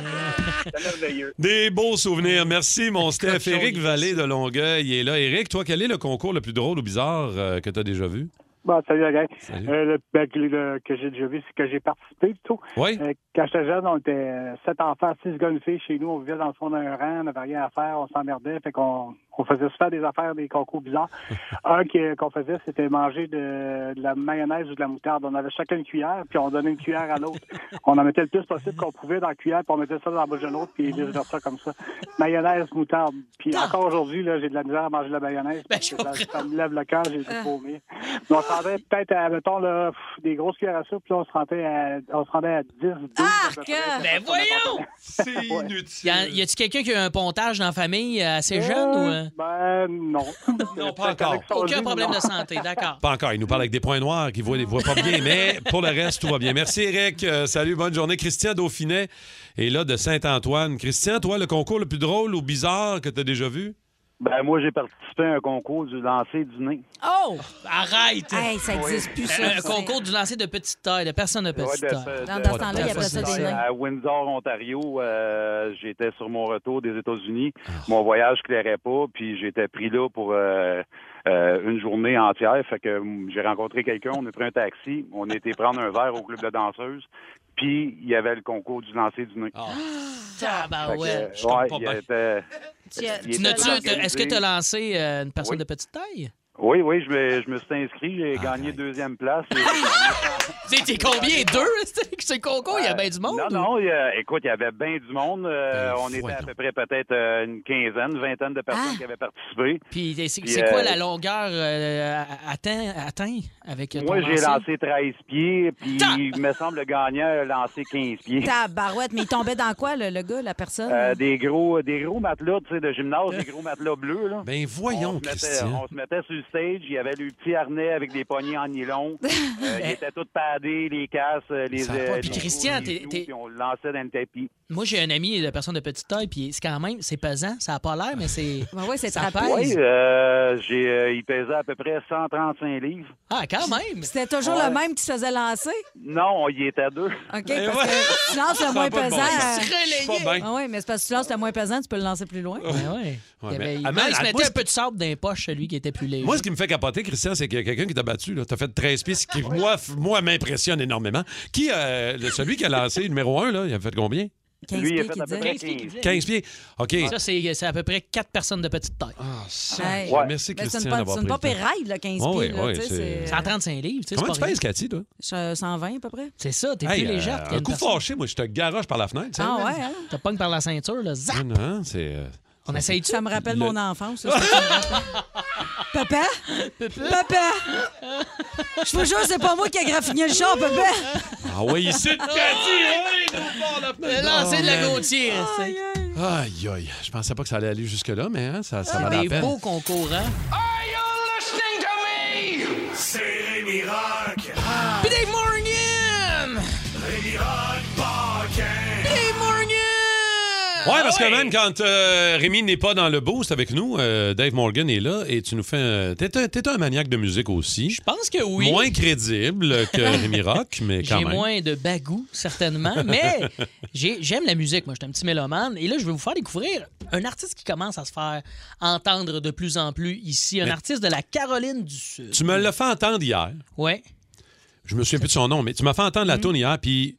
C'était merveilleux.
Des beaux
Mm.
souvenirs. Merci, mon Steph. Éric Vallée de Longueuil est là. Éric, toi, quel est le concours le plus drôle ou bizarre euh, que tu as déjà vu?
Bon, salut la gang.
Salut.
Euh, le, ben, que- le- que j'ai déjà vu, c'est que j'ai participé plutôt.
Oui.
Euh, quand j'étais jeune, on était euh, sept enfants, six gars, une fille chez nous. On vivait dans le fond d'un rang, on n'avait rien à faire, on s'emmerdait. Fait qu'on on faisait souvent des affaires, des
[laughs]
concours bizarres. Un qui- euh, qu'on faisait, c'était manger de, de la mayonnaise ou de la moutarde. On avait chacun une cuillère, puis on donnait une cuillère à
[laughs]
l'autre. on en mettait le plus possible qu'on pouvait dans la cuillère, puis on mettait ça dans la bouche de l'autre, puis vice-versa comme ça. Mayonnaise, moutarde. Puis
Ah!
encore aujourd'hui, là, j'ai de la misère à manger de la mayonnaise.
Ben,
parce que ça, ça me lève le cœur, j'ai
Ah.
tout paumé. Mais on se rendait peut-être à, mettons, là, pff, des grosses cuillères à soupe, puis là, on se rendait à, on se rendait à 10, 12. à peu près.
Ben voyons!
C'est
Y,
inutile.
a- y a-tu quelqu'un qui a eu un pontage dans la famille assez jeune ou. euh?
Ben, non.
Non, pas encore.
Aucun problème de santé, d'accord.
Pas encore. Il nous parle avec des points noirs qui voient, les voient pas bien, mais pour le reste, tout va bien. Merci, Eric. Euh, salut, bonne journée. Christian Dauphinet est là de Saint-Antoine. Christian, toi, le concours le plus drôle ou bizarre que tu as déjà vu?
Ben, moi, j'ai participé à un concours du lancer du nez.
Oh! Arrête! ça
existe Oui. plus, ça,
Un
c'est-
concours du lancer de petite taille, de personne de petite
ben,
taille.
À Windsor, Ontario, euh, j'étais sur mon retour des États-Unis. Mon voyage ne clairait pas, puis j'étais pris là pour euh, euh, une journée entière. Fait que mm, j'ai rencontré quelqu'un, on a pris un taxi, on a été prendre un verre au club de danseuses, puis il y avait le concours du lancer du nez. Ah.
Ah,
Fait que,
Tabarouette.
euh, ouais, il était-
Tu as-
il
tu
était
n'as-tu-
organisé.
Est-ce que tu as lancé euh, une personne de petite taille?
Oui, oui, je me, je me suis inscrit, j'ai gagné deuxième place.
Tu sais, T'es combien? Deux? C'est- C'est le concours, il y a bien du monde.
Non, Ah non, il y a- écoute, il y avait bien du monde. Euh, on était à peu près peut-être euh, une quinzaine, vingtaine de personnes qui avaient participé.
Puis c'est
Puis,
c'est quoi
euh,
la longueur euh, atteint, atteint avec ton
Moi, j'ai
lancer?
lancé 13 pieds, puis il me semble le gagnant a lancé 15 pieds.
Tabarouette, mais il tombait dans quoi, le, le gars, la personne?
Euh, des gros des gros matelas tu sais, de gymnase, des gros matelas bleus. Là.
Ben voyons,
on se, mettait,
Christian.
on se mettait sur le stage, il y avait le petit harnais avec des poignées en nylon. Euh, ils étaient tous padés, les casses, les...
Ça a pas-
euh,
Puis
les
Christian,
roues, les
t'es-
genoux,
t'es-
Puis on le lançait dans le tapis.
Moi, j'ai un ami de personne de petite taille, puis c'est quand même, c'est pesant, ça n'a pas l'air, mais c'est.
[laughs] ouais, c'est
ça
trapèze.
pèse.
Oui, euh, j'ai, euh, il pesait à peu près 135 livres.
Ah, quand même!
C'était toujours
Ouais.
le même qui se faisait lancer?
Non, on y était à deux.
OK, parce que tu lances
Ben Ça a
le moins
pas de
pesant.
bon sens. Il se relayait.
Euh, Ah oui, mais c'est parce que tu lances le moins pesant, tu peux le lancer plus loin.
ouais. Il, y avait-
mais-
il-
Ah,
non,
man,
il se
à-
mettait
moi,
un peu de sable dans les poches, celui qui était plus léger.
Moi, ce qui me fait capoter, Christian, c'est qu'il y a quelqu'un qui t'a battu. Tu as fait 13 pieds, ce
Ah
qui, moi, f- moi m'impressionne énormément. Qui, euh, le- celui qui a lancé numéro 1, là, il a fait combien?
15 Lui, il a pieds, fait à qu'il peu près disait. 15 pieds.
15 pieds. OK.
Ça, c'est c'est à peu près quatre personnes de petite taille. Ah,
Hey.
Merci,
Mais c'est une
Christian,
pas-
d'avoir
C'est une
pris
pas
le temps.
pire ride, là, 15
Ouais,
pieds. là,
ouais,
tu sais,
c'est-
c'est-
135 livres, tu sais.
Comment
c'est
tu
pas
pèses,
rien.
Cathy, toi?
Je- euh, 120 à peu près.
C'est ça, t'es
Hey,
plus
euh,
légère.
un coup fâché, moi, je te garoche par la fenêtre.
Ah
tu sais.
ouais, hein?
T'as pognes par la ceinture, là. Zap!
Non, non, c'est... euh,
On essaye
Ça me rappelle
Le-
mon enfance.
[laughs]
là, ça, ça me rappelle. papa? Papa? Je vous jure, c'est pas moi qui a graffiné le char, papa!
Ah oui, ici, hein?
Le lancer de la
Oh,
gautier, tu sais.
Aïe, aïe. Je pensais pas que ça allait aller jusque-là, mais hein, ça,
Ah,
ça valait
Des
la peine.
beaux Ah, concours, hein?
C'est Rémi Rock.
Puis Dave Morgan!
Rémi Rock Paquin.
Dave Morgan!
Ouais, parce
Ah
que même quand euh, Rémi n'est pas dans le boost avec nous, euh, Dave Morgan est là et tu nous fais. un- T'es un, t'es un maniaque de musique aussi. Je
pense que oui.
Moins crédible
[laughs]
que Rémi Rock, mais quand
J'ai
même.
moins de bagou,
[laughs]
certainement, mais j'ai- j'aime la musique. Moi, je suis un petit mélomane. Et là, je vais vous faire découvrir un artiste qui commence à se faire entendre de plus en plus ici. Un
Mais-
artiste de la Caroline du Sud.
Tu me l'as fait entendre hier.
Ouais. Mm.
Je me souviens plus de son nom, mais tu m'as fait entendre la tune hier, puis.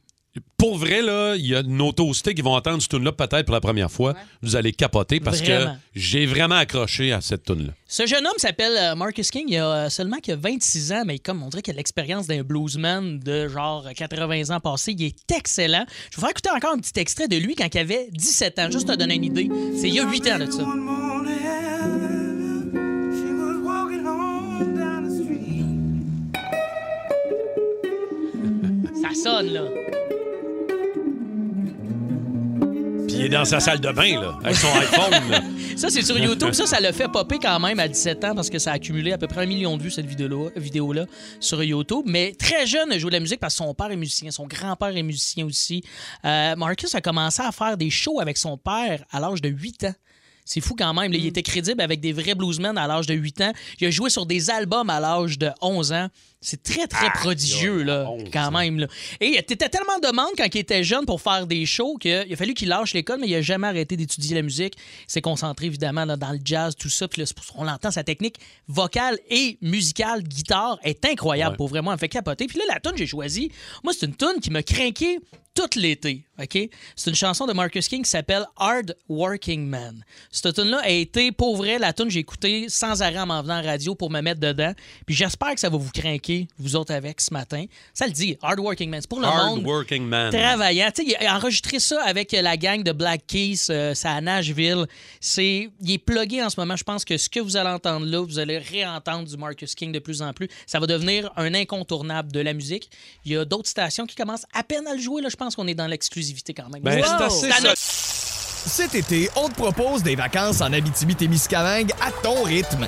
Pour vrai, là, il y a nos toastés qui vont entendre cette tune-là peut-être pour la première fois. Vous allez capoter parce
Vraiment.
que j'ai vraiment accroché à cette tune-là.
Ce jeune homme s'appelle euh, Marcus King. Il a euh, seulement qu'il a 26 ans, mais comme on dirait qu'il a l'expérience d'un bluesman de genre 80 ans passé. Il est excellent. Je vais vous faire écouter encore un petit extrait de lui quand il avait 17 ans, juste te donner une idée. C'est il y a 8 ans de ça. Ça sonne, là.
Puis il est dans sa salle de bain, là, avec [laughs] son iPhone. là.
Ça, c'est sur YouTube. Ça, ça l'a fait popper quand même à 17 ans parce que ça a accumulé à peu près un million de vues, cette vidéo-là, vidéo-là, sur YouTube. Mais très jeune, elle jouait de la musique parce que son père est musicien, son grand-père est musicien aussi. Euh, Marcus a commencé à faire des shows avec son père à l'âge de 8 ans. C'est fou quand même. là. Il était crédible avec des vrais bluesmen à l'âge de 8 ans. Il a joué sur des albums à l'âge de 11 ans. C'est très, très prodigieux, là, quand même. Là. Et il était tellement de demande quand il était jeune pour faire des shows qu'il a fallu qu'il lâche l'école, mais il a jamais arrêté d'étudier la musique. Il s'est concentré, évidemment, là, dans le jazz, tout ça. Puis là, c'est pour ça qu'on l'entend, sa technique vocale et musicale, guitare, est incroyable pour vraiment me fait capoter. Puis là, la tune que j'ai choisie, moi, c'est une tune qui m'a craqué tout l'été. OK? C'est une chanson de Marcus King qui s'appelle Hard Working Man. Cette tune-là a été, pour vrai, la tune que j'ai écoutée sans arrêt en m'en venant en radio pour me mettre dedans. Puis j'espère que ça va vous craquer, vous autres avec, ce matin. Ça le dit, Hard Working Man. C'est pour le monde
Hardworking man.
travaillant. Tu sais, il a enregistré ça avec la gang de Black Keys, euh, c'est à Nashville. C'est, il est plugué en ce moment. Je pense que ce que vous allez entendre là, vous allez réentendre du Marcus King de plus en plus. Ça va devenir un incontournable de la musique. Il y a d'autres stations qui commencent à peine à le jouer. Là, je pense qu'on est dans l'exclusivité quand même.
Ben,
Wow!
c'est assez
Ça
ça.
note-
Cet été, on te propose des vacances en Abitibi-Témiscamingue à ton rythme.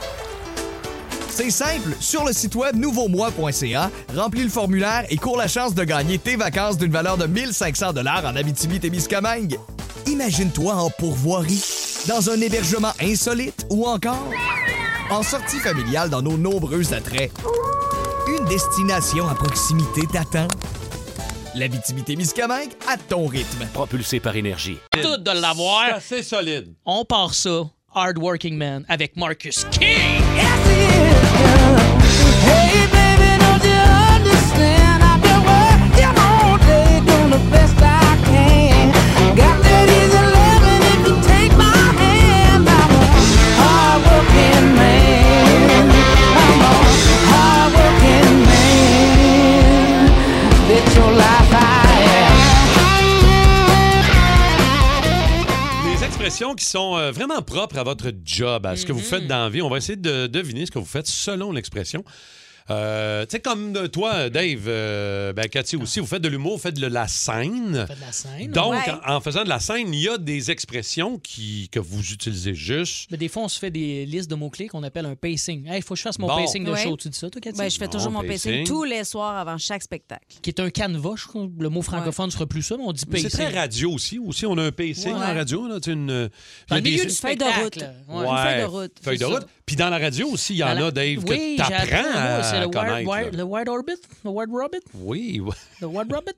C'est simple, sur le site web nouveaumois.ca, remplis le formulaire et cours la chance de gagner tes vacances d'une valeur de 1500 dollars en Abitibi-Témiscamingue. Imagine-toi en pourvoirie, dans un hébergement insolite ou encore en sortie familiale dans nos nombreux attraits. Une destination à proximité t'attend. L'Abitibi-Témiscamingue à ton rythme.
Propulsé par énergie.
tout de l'avoir.
C'est solide.
On part ça, Hard Working Man, avec Marcus King.
Hey, baby, don't you understand? I've been working all day, doing the best I can. Got that easy loving if you take my hand. I'm a hard-working man. I'm a hard-working man. That's your life
Des expressions qui sont euh, vraiment propres à votre job, à ce que vous
Mhm.
faites dans la vie. On va essayer de deviner ce que vous faites selon l'expression. Euh, tu sais, comme euh, toi, Dave, euh, ben, Cathy aussi, vous faites de l'humour, vous faites de la scène.
Ah. de la scène,
Euh, Donc,
ouais.
en, en faisant de la scène, il y a des expressions qui, que vous utilisez juste.
Mais des fois, on se fait des listes de mots-clés qu'on appelle un pacing. Il faut que je fasse mon
Bon.
pacing de
Ouais.
show. Tu dis ça, toi, Cathy?
Ben, je fais toujours mon pacing. tous les soirs avant chaque spectacle.
Qui est un canevas. je crois. Le mot francophone ne sera plus ça, mais on dit
Mais
pacing.
C'est très radio aussi. Aussi, on a un pacing
Ouais.
en radio. Là, tu sais, une,
Dans
il y a
le
des-
milieu du
Feuille de route.
spectacle.
Ouais.
Une feuille de route.
Feuille de
c'est ça.
route. Puis dans la radio aussi, il y en
Dans la-
a, Dave,
oui,
que t'apprends
j'apprends, moi,
à
C'est le wide,
connaître, là.
wide, le wide orbit, le wide rabbit,
Oui, oui.
le wide rabbit.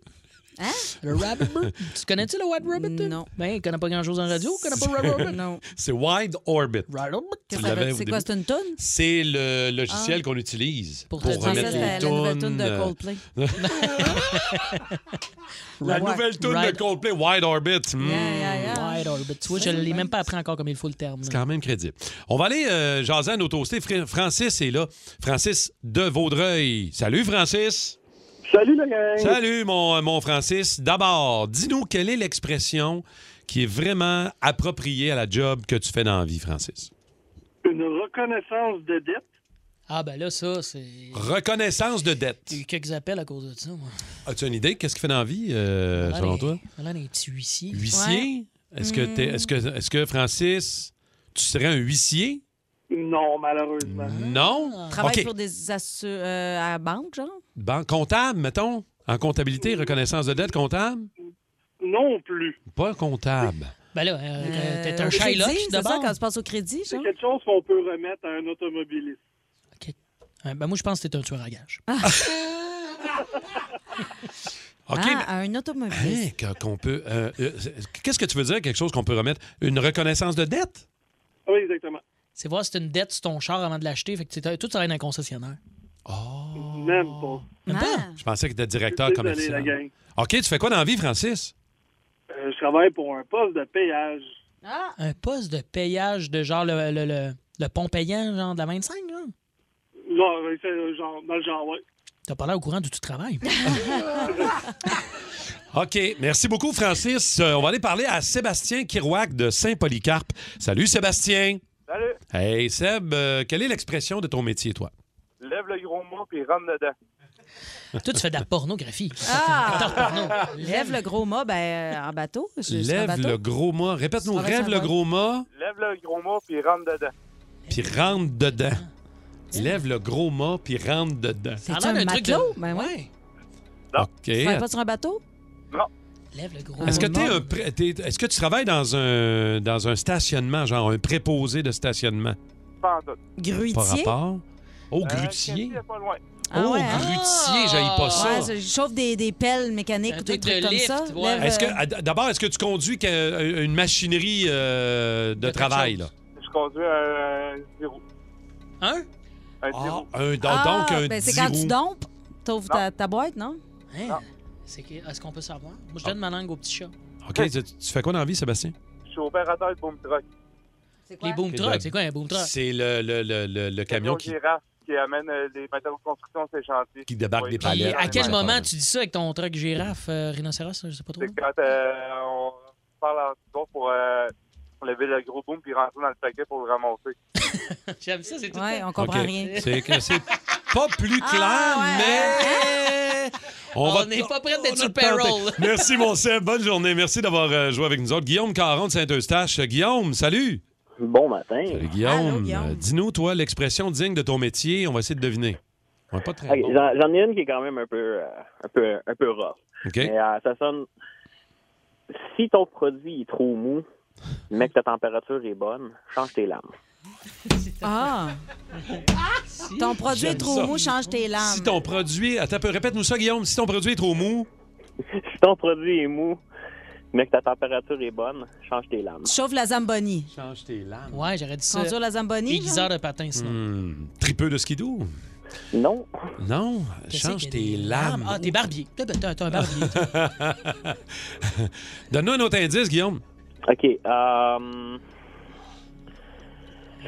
Hein? Le rabbit bird. tu connais-tu le wide rabbit? Non. Ben, il connaît pas grand-chose en radio, il connaît pas le wide rabbit.
Non.
C'est Wide Orbit.
Qu'est-ce
Tu
que ça veut
l'avais
dire?
au
C'est quoi,
début.
c'est une toune? Ah.
C'est le logiciel qu'on utilise pour,
te dire ça,
remettre
c'était
les
la nouvelle
tunes,
toune de
euh, [laughs]
Coldplay.
la
Le wi-
nouvelle tune
ride-
de Coldplay, Wide Orbit. Hmm.
Wide orbit. Tu vois, je l'ai même pas appris encore comme il faut le terme.
C'est quand même crédible. On va aller euh, jaser à nos toastés. Fr- Francis est là. Francis de Vaudreuil. Salut, Francis.
Salut, le gang.
Salut, mon, euh, mon Francis. D'abord, dis-nous quelle est l'expression qui est vraiment appropriée à la job que tu fais dans la vie, Francis.
Une reconnaissance de dette.
Ah, ben là, ça, c'est.
Reconnaissance de dette.
J'ai eu quelques appels à cause de ça, moi.
As-tu une idée? Qu'est-ce qu'il fait dans la vie, euh,
Voilà
selon
les-
toi?
Voilà les petits huissiers.
Huissier? Est-ce que,
Hmm.
t'es- est-ce
Hmm.
que, est-ce que, Francis, tu serais un huissier?
Non, malheureusement.
Ah.
Non?
Ah. Travaille
OK.
pour des assu- euh, à la banque, genre?
Ban- comptable, mettons? En comptabilité, reconnaissance de dette, comptable?
Non plus.
Pas comptable.
Ben là,
Euh,
t'es un
au crédit,
Shylock
C'est ça,
d'abord.
quand tu passes au crédit, genre?
C'est quelque chose qu'on peut remettre à un automobiliste.
Euh, Ben moi, je pense que t'es un tueur à gage. Ah!
OK.
Ah, à un automobiliste.
mais- Hein, que- qu'on peut, euh, euh, qu'est-ce que tu veux dire, quelque chose qu'on peut remettre? Une reconnaissance de dette?
Oui, exactement.
Hein? C'est voir si t'as une dette sur ton char avant de l'acheter. Fait que t'es- tout ça va être un concessionnaire.
Même pas.
Je pensais que tu directeur
Oh. Désolé, la
commercial.
gang.
OK, tu fais quoi dans la vie, Francis?
Euh, je travaille pour un poste de péage.
Un poste de payage de genre le, le, le, le pont payant, genre de la 25, là.
Genre, euh, c'est, euh, genre, dans le genre, ouais.
T'as pas l'air au courant du tout
[laughs]
travail. Ah!
OK, merci beaucoup, Francis. Euh, on va aller parler à Sébastien Kirouac de Saint-Polycarpe. Salut, Sébastien.
Salut.
Hey, Seb, euh, quelle est l'expression de ton métier, toi?
Lève le gros mot puis rentre dedans.
Toi, tu fais de la pornographie. Attends, porno.
Ah! Lève le gros mât ben, euh, en bateau. je- sur un
Lève
bateau.
le gros mât. Répète-nous,
Ça va, ça
rêve le
va.
gros mât,
[laughs] Lève le gros mot puis rentre dedans.
puis rentre dedans. Lève le gros mât, puis rentre dedans. Ah.
C'est un matelot? Ben oui.
OK.
Tu travailles pas sur un bateau?
Non.
Lève le gros.
Est-ce que,
mât.
t'es un pré- t'es- est-ce que tu travailles dans un, dans un stationnement, genre un préposé de stationnement?
Pas en doute.
Par rapport? Oh, grutier.
Québec, pas loin.
Ah
oh,
ouais, hein?
grutier, j'haïs pas ça.
Ouais, je chauffe des, des pelles mécaniques ou des
truc de
trucs comme
lift,
ça.
ouais.
Lève,
Est-ce que,
euh,
à- d'abord, est-ce que tu conduis que- une machinerie euh, de travail? Là?
Je conduis un, un zéro.
Un?
Un
Ah,
zéro.
un, donc,
Ah,
donc un
ben, c'est
dix
quand tu
roues.
dompes, t'ouvres ta, ta boîte, non?
Ah.
Hein? C'est que- Est-ce qu'on peut savoir? Moi, je donne ma langue au petit chat.
OK, tu, tu fais quoi dans la vie, Sébastien?
Je suis opérateur de boom truck.
Les boom trucks, c'est quoi un boom truck?
C'est le, le- le- le- le camion qui...
girafe qui amène euh, des matériaux de construction sur les chantiers.
Qui débarque des
Puis
palettes.
à quel
Ouais.
moment tu dis ça avec ton truck girafe, euh, rhinocéros? Je sais pas trop.
C'est quand euh, on parle en dessous pour euh, lever le gros boom puis rentrer dans le paquet pour le ramasser.
J'aime ça, c'est tout.
Ouais,
le temps.
on comprend
OK.
rien. [laughs] Ah,
C'est que c'est pas plus clair, mais...
On n'est pas prêts d'être
on
sur le
a tenté.
payroll.
[laughs] Merci, mon Seb. Bonne journée. Merci d'avoir euh, joué avec nous autres. Guillaume Caron de Saint-Eustache. Guillaume, salut.
Bon matin.
Salut, Guillaume.
Allô, Guillaume.
Euh, Dis-nous, toi, l'expression digne de ton métier. On va essayer de deviner. On est pas très
Ok,
bon.
J'en j'en ai une qui est quand même un peu, euh, un peu, un peu rough.
OK.
Mais, euh, ça sonne. Si ton produit est trop mou, mais que ta température est bonne, change tes lames.
Ah! Ton produit est
j'aime
trop
ça.
mou, change tes lames.
Si ton produit... Attends un peu. Répète-nous ça, Guillaume. Si ton produit est trop mou...
[laughs] Si ton produit est mou, mais que ta température est bonne, change tes lames.
Tu chauffes la Zamboni.
Change tes lames.
Ouais, j'aurais dit ça.
Conduire la Zamboni.
Aiguiseur
genre?
de patin, sinon.
Hmm, tripeux de skidoo?
Non.
Non. Change tes lames.
Ah, t'es barbier. T'es t'es- t'es un
[laughs]
barbier. toi.
Donne-nous un autre indice, Guillaume.
OK. euh,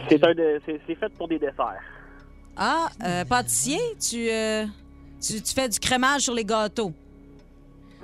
c'est un de- c'est- c'est fait pour des desserts.
Ah, euh, pâtissier, tu, euh, tu, tu fais du crémage sur les gâteaux.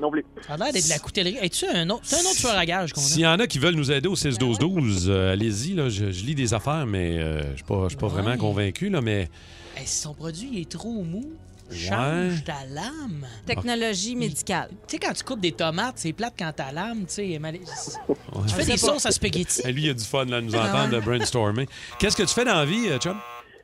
Non plus.
Ça a l'air d'être de la coutellerie. Es-tu un autre, t'es un autre tueur à gage qu'on
S'il
a?
y en a qui veulent nous aider au
Ben
6-12-12, euh, allez-y. là, Je, je lis des affaires, mais euh, je ne suis pas, je suis pas vraiment convaincu. Là, mais
Eh, si son produit est trop mou, change
Ouais.
ta lame.
Technologie médicale.
Tu sais, quand tu coupes des tomates, c'est plate quand ta lame, tu sais, est mal-
Euh,
Ouais.
Tu fais des sauces à spaghetti. Ah.
Eh, lui, il a du fun là, de nous entendre de brainstormer. Qu'est-ce que tu fais dans la vie, euh, Chum?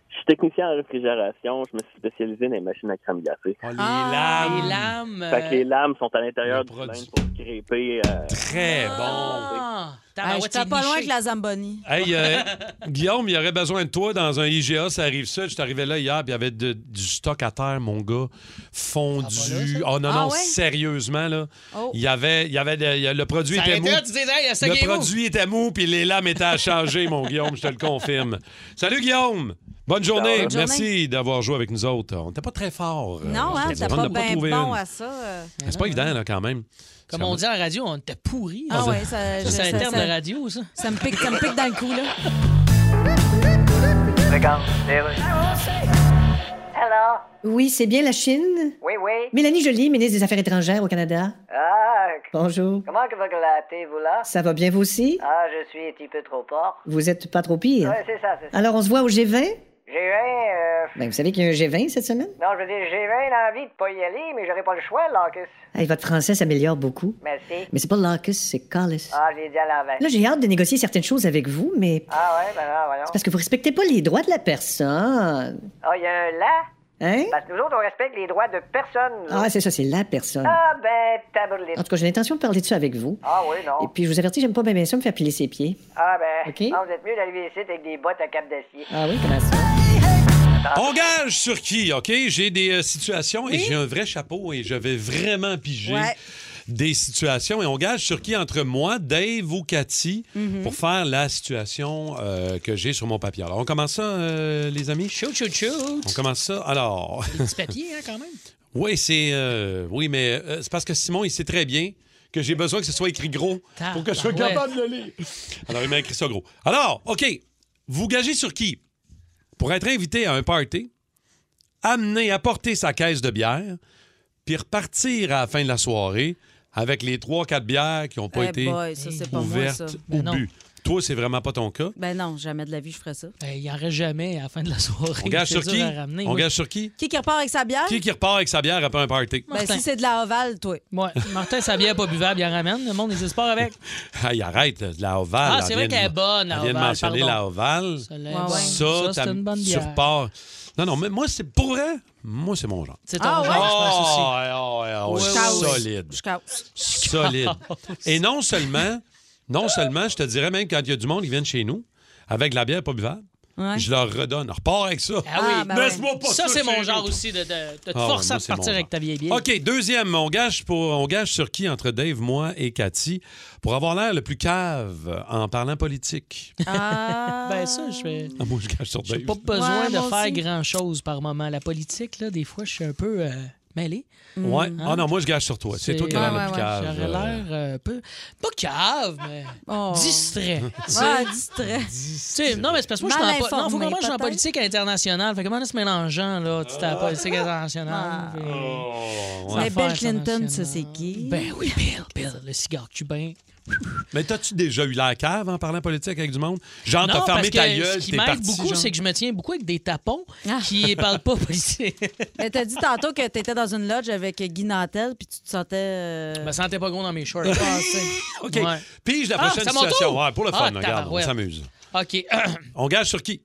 Je suis technicien en réfrigération. Je me suis spécialisé dans les machines à crème glacée.
Oh, les
Ah,
lames.
Les lames.
Fait que les
euh,
lames sont à l'intérieur du linge pour crêper. euh,
Très bon.
Ah,
Ah,
tabarouette,
je
c'est
suis pas loin
niché.
que la Zamboni.
Hey, euh, Guillaume, il y aurait besoin de toi dans un IGA, ça arrive ça. Je suis arrivé là hier, puis il y avait de- du stock à terre, mon gars, fondu. oh non,
Ah
non,
ouais?
sérieusement, là.
Oh.
Il y avait, il y avait de- il y a- le produit
Ça
était
arrête
mou.
là, tu dis, hey, il y a ça qui
le
est mou.
produit était mou, puis les lames étaient à changer, mon Guillaume, je te le confirme. Salut, Guillaume. Bonne journée.
Bonne journée.
Merci d'avoir joué avec nous autres. On n'était pas très euh, fort.
Non, hein, t'as pas bien
trouvé
bon
une.
à ça. euh.
C'est pas évident, là, quand même.
Comme on dit en radio, on était pourri.
Ah ouais, ça, je-
C'est un
ça-
terme
ça-
de radio, ça.
ça me pique, ça me pique dans le
[laughs]
cou, là.
Oui, c'est bien la Chine.
Oui, oui.
Mélanie Joly, ministre des Affaires étrangères au Canada.
Ah,
Bonjour.
comment que vous glattez, vous là?
Ça va bien vous aussi?
Ah, je suis un petit peu trop fort.
Vous êtes pas trop pire.
Ouais, c'est ça, c'est ça.
Alors, on se voit au G20?
J'ai bien, euh...
Ben, vous savez qu'il y a un G20 cette semaine?
Non, je veux dire, j'ai bien envie de pas y aller, mais j'aurais pas le choix, Lacus.
Hey, votre français s'améliore beaucoup.
Merci.
Mais c'est pas Lacus, c'est Callis.
Ah, je l'ai dit à l'envers.
Là, j'ai hâte de négocier certaines choses avec vous, mais
Ah ouais, ben là, voyons.
c'est parce que vous respectez pas les droits de la personne.
Ah, il y a un là?
Hein?
Parce que nous autres, on respecte les droits de personne, nous
Ah,
autres.
c'est ça, c'est la personne.
Ah, ben, tabourlé.
En tout cas, j'ai l'intention de parler de ça avec vous.
Ah oui, non.
Et puis, je vous avertis, j'aime pas bien, bien ça me faire piler ses pieds.
Ah, ben,
Ok.
ah, vous êtes mieux d'arriver ici avec des bottes à cap d'acier.
Ah oui, comment ça?
On gage sur qui, OK? J'ai des euh, situations et j'ai un vrai chapeau et je vais vraiment piger
Ouais.
des situations. Et on gage sur qui entre moi, Dave ou Cathy
Mhm.
pour faire la situation euh, que j'ai sur mon papier. Alors, on commence ça, euh, les amis?
Shoot, shoot, shoot.
On commence ça. Alors.
Petit papier, hein, quand même.
[laughs] oui, c'est. euh, oui, mais euh, c'est parce que Simon, il sait très bien que j'ai besoin que ce soit écrit gros
Ah,
pour que je sois
Tabarouette.
capable de le lire. Alors, il m'a écrit ça gros. Alors, OK. Vous gagez sur qui? Pour être invité à un party, amener, apporter sa caisse de bière, puis repartir à la fin de la soirée avec les 3-4 bières qui n'ont pas
Eh
été
boy, ça, c'est pas moi, ça.
ouvertes
Ben
ou
non.
bues. Toi, c'est vraiment
[laughs]
pas ton cas.
Ben non, jamais de la vie, je ferais ça.
Euh, il en reste jamais à la fin de la soirée.
On gage
C'est
sur
dur
qui?
à ramener,
On
oui.
gage sur qui?
Qui qui repart avec sa bière?
Qui qui repart avec sa bière après un party?
Ben, si c'est de la ovale, toi.
Ouais. Martin, sa bière pas buvable, il en ramène. Le monde, n'hésite pas avec.
[laughs] Ah, il arrête, la ovale.
Ah,
elle
c'est vrai
vient
qu'elle
de-
est bonne, la
Elle vient de
ovale,
mentionner
pardon.
la ovale.
Celle-là est Ouais, bonne. ouais. Ça,
Ça,
c'est
t'as-
une bonne
tu
bière.
repars. Non, non, mais moi, c'est pour vrai. Moi, c'est mon genre.
C'est ton Ah, genre, ouais? je pense aussi.
Oh, ouais, ouais,
Ouais, ouais.
solide.
Je casse.
Solide. Et non seulement, non seulement, je te dirais même quand il y a du monde qui viennent chez nous avec de la bière pas buvable,
Ouais.
je leur redonne. Repars avec ça.
Ah oui,
ben Laisse-moi ouais. pas
ça.
ça
c'est mon
chez
genre
nous.
aussi de, de, de te
Ah ouais,
forcer
moi,
à
c'est mon
partir avec
genre.
ta vieille bière.
OK, deuxième, on gage, pour, on gage sur qui entre Dave, moi et Cathy pour avoir l'air le plus cave en parlant politique? [laughs]
ben ça, je fais.
Ah, moi, je gage sur Dave.
J'ai pas besoin
Ouais,
de
moi
faire
aussi.
grand-chose par moment. La politique, là, des fois, je suis un peu euh, mêlé. Hein?
Ouais. Ah non, moi, je gage sur toi. C'est toi qui as l'air le plus cave.
J'aurais l'air euh, un peu. Pas cave, mais
Oh. [laughs]
distrait. tu sais.
Ouais, distrait.
Tu sais, non, mais c'est parce que moi, je
Mal
suis en, po- non, faut
informé,
comprendre, je suis en
peut-être.
politique internationale. Fait que comment se mélangeant, là? Tu t'es
Ah.
à la politique internationale. puis-
Mais
Affaires
Bill Clinton,
internationales.
ça, c'est qui?
Ben oui, Bill, Bill, le cigare cubain.
Mais t'as-tu déjà eu la cave en parlant politique avec du monde? Genre,
Non,
t'as
parce
fermé
que
ta gueule,
Ce qui
t'es
m'aide
parti.
beaucoup,
genre. Ah.
c'est que je me tiens beaucoup avec des tapons qui parlent pas
[laughs]
policier.
[laughs] Mais t'as dit tantôt que t'étais dans une lodge avec Guy Nantel, puis tu te sentais... euh,
Je me sentais pas gros dans mes
[laughs]
shorts.
Ah, OK.
Ouais.
Pige la
Ah,
prochaine
c'est mon
situation.
tour?
Ouais, pour le
Ah,
fun, regarde, on
tabarouette.
s'amuse.
OK. [clears throat]
On gage sur qui?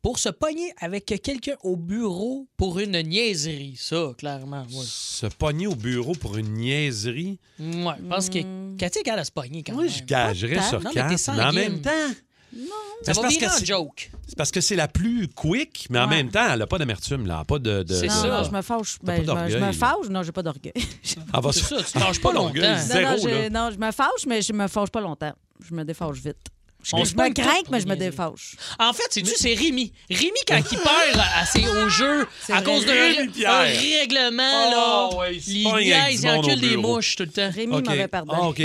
Pour se pogner avec quelqu'un au bureau pour une niaiserie, ça, clairement. Ouais.
Se pogner au bureau pour une niaiserie.
Ouais, je pense que Cathy est capable de se pogner quand même.
Hmm. Je gagerais
Pas
sur
tant. Non, mais
Kat,
t'es
mais en
sanguine.
même temps,
Ça
Mais c'est
va
parce
virer
que
en
c'est-
joke.
c'est parce que c'est la plus quick, mais en
Ouais.
même temps, elle n'a pas d'amertume, là. Pas de, de-
non,
de-
non, je me fâche.
T'as
Ben,
pas
je, me, je
d'orgueil,
me
là.
fâche. Non, j'ai pas d'orgueil.
[laughs] Ah, va-
C'est ça, tu lâches pas
l'orgueil,
longtemps.
non, non, je,
zéro, là.
non, je me fâche, mais je me fâche pas longtemps. Je me défâche vite. Je,
On
je
se
me
pogne tout
crains,
pour
mais je me
niaiser.
défâche.
En fait, c'est-tu, c'est Rémi. Rémi, quand
[laughs]
il perd à ses, au jeu, à cause d'un
Rémi
ré-
Pierre.
un règlement, là,
Oh, ouais, il se
il
pogne avec
niaise,
du
il
monde
encule
au
des
bureau.
mouches tout le temps.
Rémi
OK.
m'avait pardonné.
Ah, OK.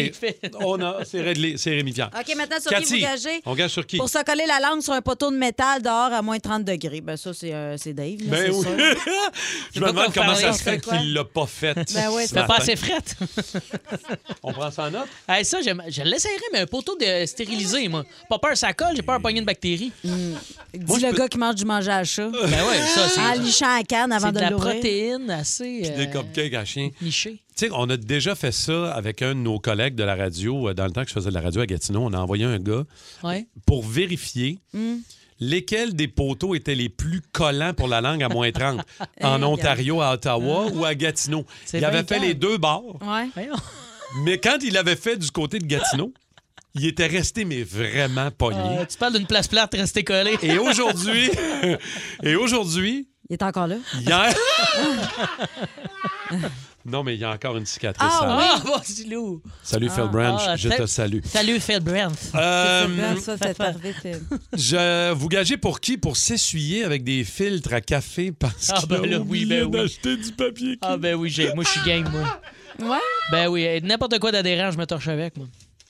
On a, [laughs] c'est réglé, c'est Rémi Pierre.
[laughs] OK, maintenant, sur
Cathy,
qui vous gagez?
On gage sur qui?
Pour se coller la langue sur un poteau de métal dehors à moins 30 degrés. Ben ça, c'est euh, c'est Dave. là, c'est
Ben oui.
sûr.
[laughs] je
pas
me demande
quoi
comment
faire,
ça se fait
quoi.
qu'il l'a pas fait.
Ben ouais,
ce
c'est
T'as
matin.
pas assez frette.
[laughs] On prend ça en note?
Hey, ça, j'aime- je l'essayerais, mais un poteau de stérilisé, moi. Pas peur, ça colle, j'ai peur de pogner une bactérie.
Mm. Dis le gars qui mange du manger à chat.
Ben ouais, ça, c'est-
En lichant la canne avant
C'est de la
l'ouvrir.
protéine assez. euh,
Des cupcakes à chien.
Niché.
Tu sais, on a déjà fait ça avec un de nos collègues de la radio. euh, Dans le temps que je faisais de la radio à Gatineau, on a envoyé un gars
euh, Ouais.
pour vérifier
Hmm.
lesquels des poteaux étaient les plus collants pour la langue à moins
[laughs]
30, en Ontario, à Ottawa ou à Gatineau.
hein? C'est hein?
Il avait
bien
fait
calme.
les deux bords,
Ouais.
mais quand il l'avait fait du côté de Gatineau, il était resté, mais vraiment pogné.
Euh, tu parles d'une place plate restée collée. [laughs]
Et aujourd'hui, et aujourd'hui,
Il est encore là.
hier... [laughs] Non, mais il y a encore une cicatrice.
Ah,
ça.
ah, bon, c'est lourd.
Salut,
Ah.
Phil Branch,
Ah,
je
sa-
te salue.
Salut, Phil Branch.
Euh,
Ça, c'est pas vite. euh.
Je vous gagez pour qui? Pour s'essuyer avec des filtres à café parce
Ah,
qu'il
ben
a
là, oui,
oublié
ben oui.
d'acheter du papier.
Ah, ben oui, j'ai- moi, je suis game, moi.
Ouais.
Ben oui, euh, n'importe quoi d'adhérent, je me torche avec, moi.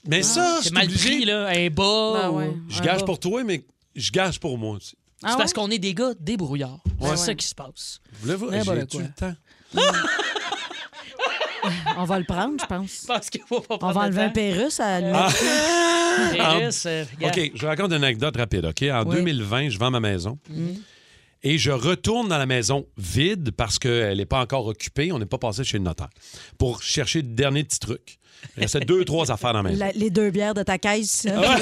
Mais ça,
Ah, c'est
c'est
mal
obligé.
pris, là, un bas.
Ben ouais,
ou-
Je gage pour toi, mais je gage pour moi aussi.
Ah
C'est parce qu'on est des gars débrouillards.
Ouais.
C'est ça qui se passe.
Vous voulez voir?
N'importe
J'ai-tu
quoi.
le temps?
On va le prendre, je pense.
[laughs] Parce qu'il faut pas
On
prendre
va
le
enlever un
temps.
Pérus à lui.
Ah.
[laughs] Ah.
Ah.
euh, regarde.
OK, je vous raconte une anecdote rapide. OK, en
Oui.
2020, je vends ma maison.
Mm-hmm.
Et je retourne dans la maison vide parce qu'elle n'est pas encore occupée. On n'est pas passé chez le notaire pour chercher le dernier petit truc. Il restait deux, trois affaires dans la maison.
La- les deux bières de ta caisse. ça.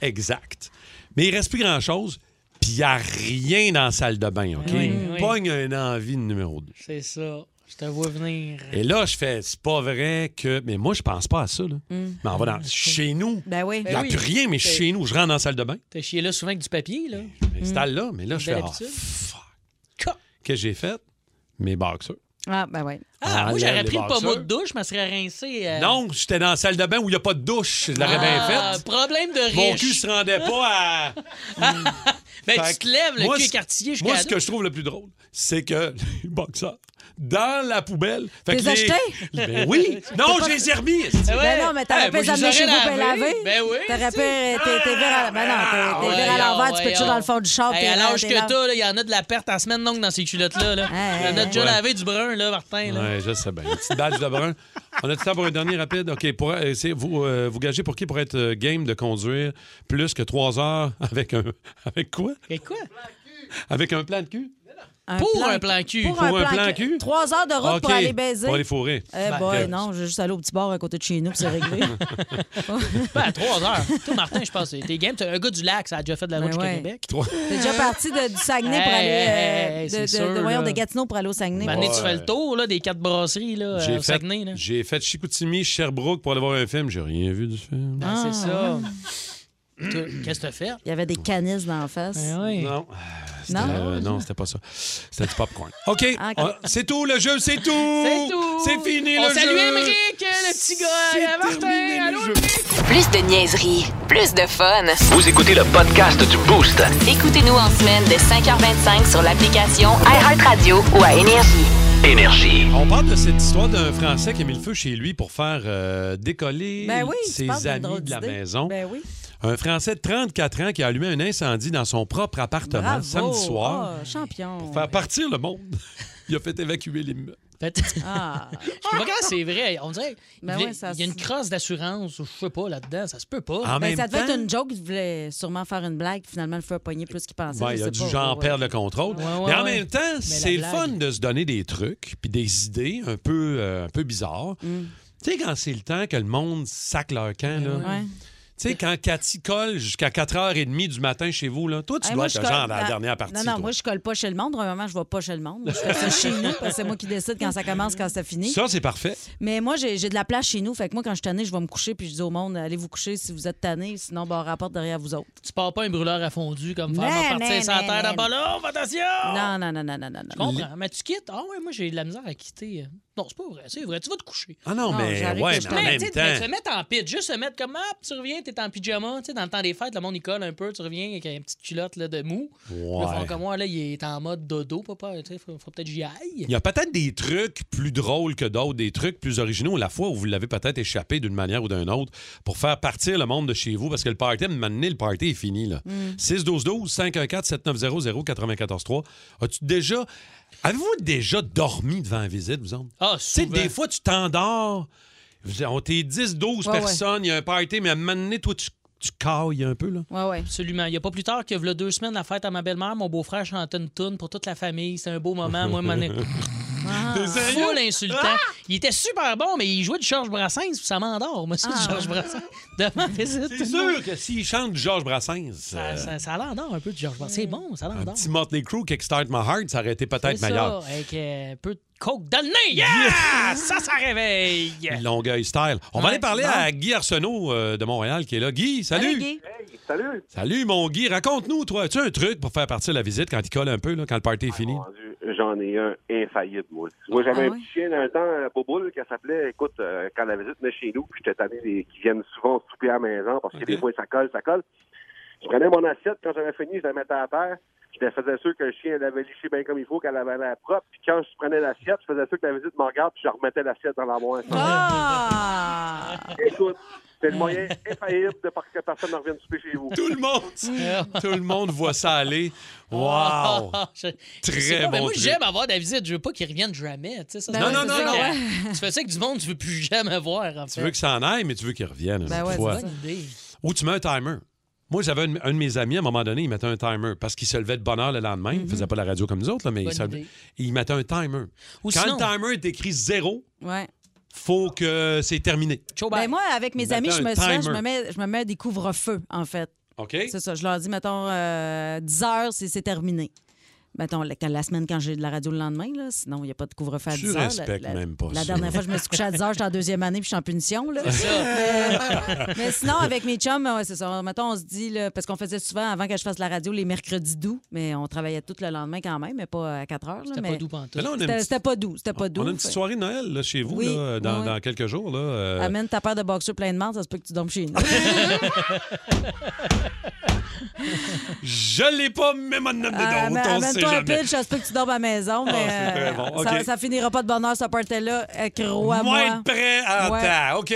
Exact. Mais il reste plus grand-chose, puis il n'y a rien dans la salle de bain, OK?
Oui,
Il me
oui.
Pogne un envie de numéro 2.
C'est ça. Je te vois venir.
Et là, je fais, c'est pas vrai que... Mais moi, je pense pas à ça, là.
Mm.
Mais on va dans... Chez nous,
Ben oui.
il n'y a plus rien, mais chez nous, je rentre dans la salle de bain,
T'as chié là souvent avec du papier, là.
Ben, je m'installe là, mais là, je fais,
Belle
ah,
habitude.
qu'est-ce que j'ai fait? Mes boxers.
Ah, ben oui.
Ah, moi,
Enlève
j'aurais
les
pris le
boxers.
pommeau de douche, je me serais rincé. euh,
Non, j'étais dans la salle de bain où il n'y a pas de douche. Je l'aurais
ah,
bien fait.
Problème de riche.
Mon cul se rendait pas à...
[laughs] Ben,
Fait
tu te
que
lèves, le
moi,
cul
ce-
écartillé jusqu'à
Moi,
là.
ce que je trouve le plus drôle, c'est que [laughs] les boxeurs, dans la poubelle...
T'es
fait que les-
acheté?
[laughs] Ben oui! Non, je les ai remis!
[laughs] Ben non, mais t'aurais
Eh,
pu
moi,
les
je
amener chez vous bien
aurais lavés.
lavés.
Ben oui,
T'aurais
si. Ah.
pu. euh, T'es t'es vers à ben
Ah,
non, t'es- t'es vers à l'envers, tu peux toujours dans le fond du char.
Hey,
t'es
à
là,
l'âge
t'es
que
là. Ah,
t'as, là, il y en a de la perte en semaine longue dans ces culottes-là. Là. Il y en a déjà
Ouais.
lavé du brun, là, Martin. Là.
Ouais, je sais bien. Une petite badge de brun. On a du temps pour un dernier rapide. OK, pour, euh, c'est- vous, euh, vous gagez pour qui pour être euh, game de conduire plus que trois heures [laughs] avec un. Avec quoi?
Avec quoi?
Avec un plan de cul?
Pour un plan cul.
Pour, un, plan, cul. Trois heures de route pour
OK,
aller baiser.
pour aller fourrer.
Eh
Ben,
boy,
OK.
non, je vais juste aller au petit bar à côté de chez nous, puis c'est réglé.
[laughs]
Ben, à 3 heures. Toi, Martin, je pense, t'es game. T'es un gars du lac, ça a déjà fait de
Ben
la route jusqu'à Québec.
T'es déjà parti de- du Saguenay pour
Euh.
aller.
Hey,
euh,
hey, hey,
de,
c'est
de- de-
sûr,
voyons,
là.
de Gatineau pour aller au Saguenay.
Maintenant,
pour-
tu fais le tour là, des quatre brasseries là,
J'ai
Euh, au
fait,
Saguenay. Là.
j'ai fait Chicoutimi, Sherbrooke pour aller voir un film. J'ai rien vu du film.
Ben, c'est
Ah.
ça. Toi, Qu'est-ce que t'as fait?
Il y avait des canisses dans la face.
Ben
Non. C'était,
Non?
euh, non, c'était pas ça. C'était du popcorn. OK,
Ah,
on-
ok.
c'est tout, le jeu, c'est tout.
C'est tout.
C'est fini,
On
le
salue
jeu.
Émeric, le petit gars, Martin. Allô,
Plus de niaiserie, plus de fun.
Vous écoutez le podcast du Boost.
Écoutez-nous en semaine de 5h25 sur l'application iHeartRadio ou à Énergie.
Énergie.
On parle de cette histoire d'un Français qui a mis le feu chez lui pour faire euh, décoller
Ben oui, tu parles
ses
d'une
amis
drôle
de la
d'idée.
maison.
Ben oui.
Un Français de 34 ans qui a allumé un incendie dans son propre appartement
Bravo.
samedi soir
Ah, champion.
pour faire partir le monde. [laughs] Il a fait évacuer l'immeuble.
Ah.
[laughs] Je sais pas quand c'est vrai. On dirait il
Ben
y a-
ouais, ça
il y a une crosse d'assurance ou je sais pas là-dedans. Ça se peut pas.
En même
Ben, ça devait
temps-
être une joke. Il voulait sûrement faire une blague. puis Finalement, le feu a pogné plus qu'il pensait.
Ben,
je
il a
sais
dû
pas.
genre
Ouais, ouais.
perdre le contrôle.
Ouais, ouais,
Mais en
ouais.
même temps,
Mais
c'est le
la
fun
blague.
de se donner des trucs puis des idées un peu, euh, un peu bizarres.
Mm.
Tu sais, quand c'est le temps que le monde sac leur camp, là.
Ben Ouais.
Tu sais, quand Cathy colle jusqu'à 4h30 du matin chez vous, là, toi, tu
Hey,
dois
moi,
être
je
le
colle-
genre dans la
Ah,
dernière partie.
Non, non,
toi.
moi, je colle pas chez le monde. Normalement, je ne vais pas chez le monde. Je fais ça chez nous, parce que c'est moi qui décide quand ça commence, quand ça finit.
Ça, c'est parfait.
Mais moi, j'ai j'ai de la place chez nous. Fait que moi, quand je suis tannée, je vais me coucher puis je dis au monde, allez vous coucher si vous êtes tanné, sinon, ben, on rapporte derrière vous autres.
Tu pars pas un brûleur à fondu comme
Non,
faire non,
non,
partir sa
non,
terre
non.
dans bas là. Attention!
Non, non, non, non, non, non.
Je
non.
comprends. Mais tu quittes. Ah ouais, moi j'ai de la misère à quitter. euh. Non, c'est pas vrai. C'est vrai. Tu vas te coucher.
Ah non,
Non,
mais
j'arrive
ouais,
que je
mais en
t'aime.
même
Tu sais,
temps.
mais se mettre en pit, juste se mettre comme ah, tu reviens, t'es en pyjama, tu sais, dans le temps des fêtes, le monde il colle un peu, tu reviens avec une petite culotte là, de mou.
Ouais.
Là, comme moi, là, il est en mode dodo, papa, tu sais, faut, faut peut-être que j'y aille.
Il y a peut-être des trucs plus drôles que d'autres, des trucs plus originaux, la fois où vous l'avez peut-être échappé d'une manière ou d'une autre pour faire partir le monde de chez vous, parce que le party, à un moment donné, le party est fini. Là.
Mm.
612-12-514-7900-943. As-tu déjà... Avez-vous déjà dormi devant la visite, vous autres?
Ah,
Tu sais,
souvent.
des fois, tu t'endors, on t'est 10-12
Ouais, ouais.
personnes, il y a un party, mais à un moment donné, toi, tu, tu cailles un peu, là.
Ouais, ouais.
Absolument. Il n'y a pas plus tard que v'là deux semaines, la fête à ma belle-mère, mon beau-frère chantait une toune pour toute la famille. C'était un beau moment. Moi,
[laughs]
mon
Ah.
T'es sérieux? Full insultant.
Ah!
Il était super bon, mais il jouait du Georges Brassens, puis ça m'endort, moi, ça, du
Ah.
Georges Brassens. Devant visite.
C'est sûr que s'il chante Georges Brassens...
Ça,
euh,
ça, ça l'endort un peu du Georges Brassens. C'est bon, ça
Un
l'endort.
Ah petit Motley Crue, Kickstart My Heart, ça aurait été
C'est
peut-être
ça,
meilleur.
Avec euh, un peu de coke dans le nez. Yeah! Ça, ça réveille.
Longueuil style. On va
Ouais,
aller parler
bon.
à Guy Arsenault euh, de Montréal qui est là. Guy, salut!
Salut!
Salut mon Guy, raconte-nous, toi, as-tu un truc pour faire partir la visite quand il colle un peu, là, quand le party est fini?
J'en ai un infaillible, moi. Moi, j'avais
Ah
un petit chien un temps, euh, Boboule, qui s'appelait, écoute, euh, quand la visite venait chez nous, puis j'étais tanné des- qu'ils viennent souvent souper à la maison, parce que des fois, ça colle, ça colle. Je prenais mon assiette, quand j'avais fini, je la mettais à terre, je la faisais sûr que le chien l'avait liché bien comme il faut, qu'elle avait l'air propre, puis quand je prenais l'assiette, je faisais sûr que la visite me regarde, puis je remettais l'assiette dans l'armoire. Écoute, c'est le moyen infaillible de par- que personne ne revienne souper chez vous.
Tout
[laughs]
le monde! Tout le monde voit ça aller.
[laughs]
Wow!
Je- je
Très
sais pas, mais
bon
Moi,
truc.
j'aime avoir de la visite. Je veux pas qu'ils reviennent jamais. tu sais, ça,
Ben
c'est
ouais,
pas
c'est
ça
ça,
que- Tu fais ça avec du monde, tu veux plus jamais voir. En
Tu veux que ça en aille, mais tu veux qu'il revienne une
Ben ouais,
fois.
c'est une bonne idée.
Ou tu mets un timer. Moi, j'avais un, un de mes amis, à un moment donné, il mettait un timer parce qu'il se levait de bonne heure le lendemain. Il faisait pas la radio comme nous autres, là, mais il,
Mm-hmm. Bonne
se-
idée.
il mettait un timer.
Ou
Quand
sinon-
le timer est écrit zéro,
Ouais.
faut que c'est terminé.
Ben, moi, avec mes
Mettez
amis, je
un
me, souvent, je,
timer.
me mets, je me mets des couvre-feux, en fait.
OK.
C'est ça. Je leur dis, mettons, euh, 10 heures, c'est c'est terminé. Mettons, la, la semaine quand j'ai de la radio le lendemain, là, sinon, il n'y a pas de couvre-feu à
Tu
10 heures. La-
respectes
la,
même pas
La
ça.
dernière fois, je me suis couché à 10 heures, j'étais en deuxième année, puis je suis en punition. Là.
ça.
Mais sinon, avec mes chums, ouais, c'est ça. Mettons, on se dit, là, parce qu'on faisait souvent, avant que je fasse la radio, les mercredis doux, mais on travaillait tout le lendemain quand même, mais pas à 4 heures. là,
C'était pas
mais-
doux pantoute.
Mais là, on a une
C'était
petite-
c'était pas doux. C'était pas doux.
On a une petite
fait-
soirée de Noël là, chez vous
Oui,
là, dans,
oui.
dans quelques jours. Là, euh,
Amène ta paire de boxeurs plein de menthe, ça se peut que tu dormes chez nous.
Je l'ai pas, mais mon note de
Euh,
Ah,
don,
mais
on sait
Amène-toi un
jamais. Ah,
pitch, ça se peut que tu dors à la maison, mais
c'est très
euh,
bon,
ça,
ok.
ça finira pas de bonheur, ce party-là. euh,
Moins
Crois-moi.
de prêt en
Ouais.
temps. OK.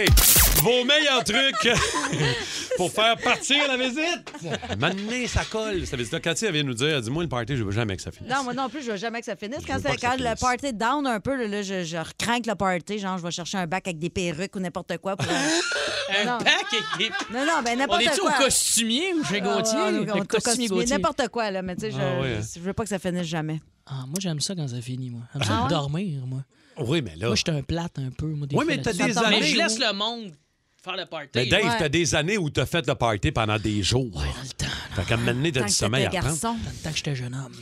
Vos meilleurs trucs [laughs] pour faire partir la visite. Maintenant, ça colle. Cette visite-là, Cathy, elle vient nous dire, dis-moi le party, je veux jamais que ça finisse.
Non, moi non plus, je veux jamais que ça finisse. Quand,
veux
ça-
pas que ça
quand le
finisse.
party est down un peu, là, là, je, je recrinque le party. Genre, je vais chercher un bac avec des perruques ou n'importe quoi. Pour...
[laughs] Un
Ben Non.
bac avec des-
Non, non, ben
On
n'importe
est-tu au
quoi.
costumier ou chez
Ah, ouais,
Gauthier?
on-
Le
on- on-
costumier
costumier,
Gauthier.
N'importe quoi, là, mais tu sais, je,
Ah ouais, hein.
je veux pas que ça finisse jamais.
Ah, moi, j'aime ça quand ça finit, moi. J'aime
Ah
ça
ouais?
dormir, moi.
Oui, mais là.
Moi, j'étais un plate un peu. Moi, des fois,
Oui, mais t'as
là-dessus.
des années
Mais je
où-
laisse le monde faire le party.
Mais Dave,
Ouais.
t'as des années où t'as fait le party pendant des jours. Ouais,
dans le temps.
T'as qu'à m'amener
Tant
du
que
sommeil
t'étais
à prendre.
garçon.
Tant que j'étais jeune homme.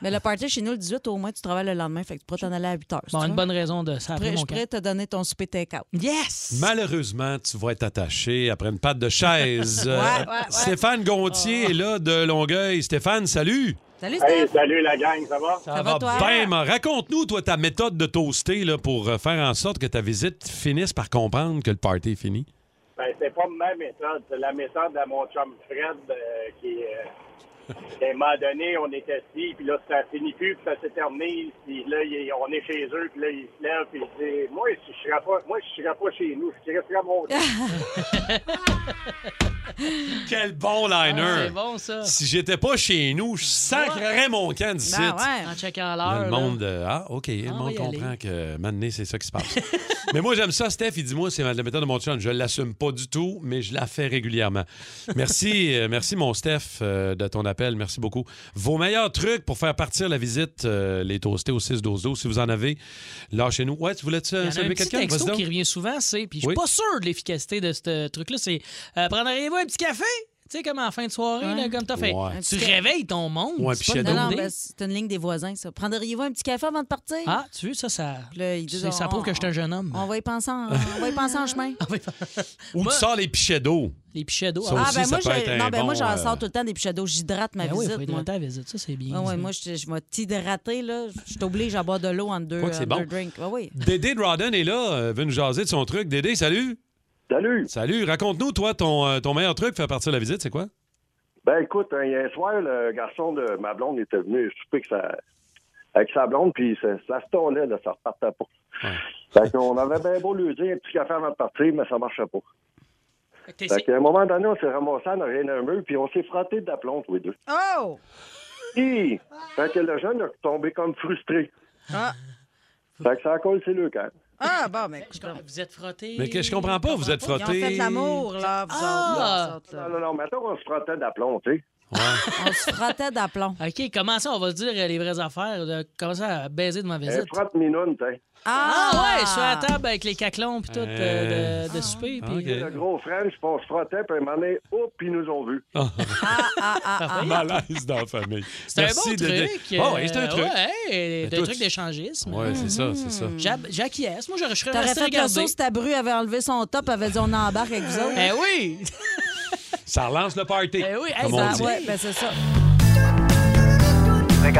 Mais le party chez nous, le 18, au moins, tu travailles le lendemain, fait que tu pourras t'en aller à 8 heures. si
Bon,
tu
une
veux.
bonne raison de
Je
ça. après
pourrais-
mon
je pourrais te donner ton souper take-out.
Yes!
Malheureusement, tu vas être attaché après une patte de chaise. Euh,
Ouais, ouais, ouais.
Stéphane Gontier est là de Longueuil. Stéphane, salut!
Salut,
Hey, salut la gang, ça va?
Ça va bien, man. raconte-nous, toi, ta méthode de toaster là, pour euh, faire en sorte que ta visite finisse par comprendre que le party est fini.
Ben, c'est pas ma méthode, c'est la méthode de mon chum Fred euh, qui, euh, qui, à un moment donné, on est assis, puis là, ça finit plus, puis ça s'est terminé, puis là, il- on est chez eux, puis là, il se lève, puis il dit « Moi, si je serais pas, moi, je serais pas chez nous, je resterais à mon...
Quel bon liner!
Ah, c'est bon, ça.
Si j'étais pas chez nous, je sacrerais mon camp d'ici.
Ben En checkant l'heure.
Là,
là.
le monde, euh, ah, OK, le
on va
monde
y
comprend que euh, maintenant, c'est ça qui
[laughs]
se passe. mais moi, j'aime ça, Steph. Il dit, moi, c'est la méthode de mon chum. Je l'assume pas du tout, mais je la fais régulièrement.
[laughs]
Merci, euh, merci, mon Steph, euh, de ton appel. Merci beaucoup. Vos meilleurs trucs pour faire partir la visite, euh, les toastés au 6-12-12, si vous en avez, lâchez-nous. Ouais, tu voulais-tu
Il y en a un
saluer
petit
quelqu'un?
texto
Vas-y donc.
qui revient souvent, c'est, puis je suis
Oui.
pas sûr de l'efficacité de ce truc-là, c'est euh, prendriez-vous un petit café? Tu sais, comme en fin de soirée,
Ouais.
là, comme t'as fait.
Ouais.
Tu
Un petit-
réveilles ton monde.
Ouais,
c'est
puis
pas une
Shadow.
bonne
Non,
idée.
ben, c'est une ligne des voisins, ça. Prendriez-vous un petit café avant de partir?
Ah, tu vois, ça, ça,
Puis là, ils disent,
c'est- ça
on-
prouve que je suis un jeune homme. Ah,
On va y penser en, on va y penser en
[laughs]
chemin.
Ou tu sors les pichets d'eau.
Les pichets d'eau. Ah,
Ça aussi, ça
moi,
peut
je-
être un
non, Ah, ben, moi,
bon,
j'en
euh,
sors tout le temps des pichets d'eau. J'hydrate ma
Ben oui,
visite.
faut
moi.
hydrater la visite, ça, c'est bien.
Ah ouais,
ça.
moi, je, je vais t'hydrater, là. Je t'oblige à boire de l'eau en deux,
Quoi que c'est
entre
bon.
deux drinks. Ah oui.
Dédé de Rodden est là, euh, veut nous jaser de son truc. Dédé, salut!
Salut!
Salut! Raconte-nous, toi, ton, euh, ton meilleur truc pour faire partir la visite, c'est quoi?
Ben écoute, hein, il y a un soir, le garçon de ma blonde était venu souper que ça, avec sa blonde, puis ça, ça se tournait, là, ça repartait pas. Fait qu'on avait bien beau lui dire un petit café avant de partir, mais ça marchait pas. Fait qu'à un moment donné, on s'est ramassé en rien d'un mur, puis on s'est frotté de la plombe, tous les deux.
Ah!
Oh!
Hi! Fait que le jeune est tombé comme frustré.
Ah,
Fait que ça a collé le camp.
ah bon, mais écoute,
Vous êtes frotté.
Mais que je comprends pas, vous êtes
Ils ont fait
frottés.
de l'amour, là, vous
Ah!
autres, là, vous
Non,
autres,
non, non, maintenant on se frottait de la plombe, tu sais.
là. On se frottait d'aplomb.
[laughs] OK, comment ça, on va se dire euh, les vraies affaires, de commencer à baiser de ma
Elle
visite.
Eh,
frotte minoune, tu sais.
Ah, ouais, sur la table avec les caclons puis tout euh, de, de souper. puis- euh,
OK.
Le gros French, puis on se frottait, puis à un moment donné, hop, ils nous ont vus.
Ah, ah, ah,
[laughs]
ah.
Malaise dans la famille.
C'est un bon
Merci, Dédé.
truc.
Ah ouais, c'est un
euh,
truc.
Ouais,
Mais
c'est un
toi,
truc
tu-
d'échangisme.
Ouais, c'est ça, c'est
Mm-hmm.
ça.
J'ab- J'acquiesce. Moi, je serais
T'aurais
resté
fait le
regarder.
sauce, ta bru avait enlevé son top, avait dit on embarque avec vous autres.
Eh oui!
Ça relance le party.
Eh oui, hey,
comme
ça-
on dit.
Ouais, ben c'est ça.
Et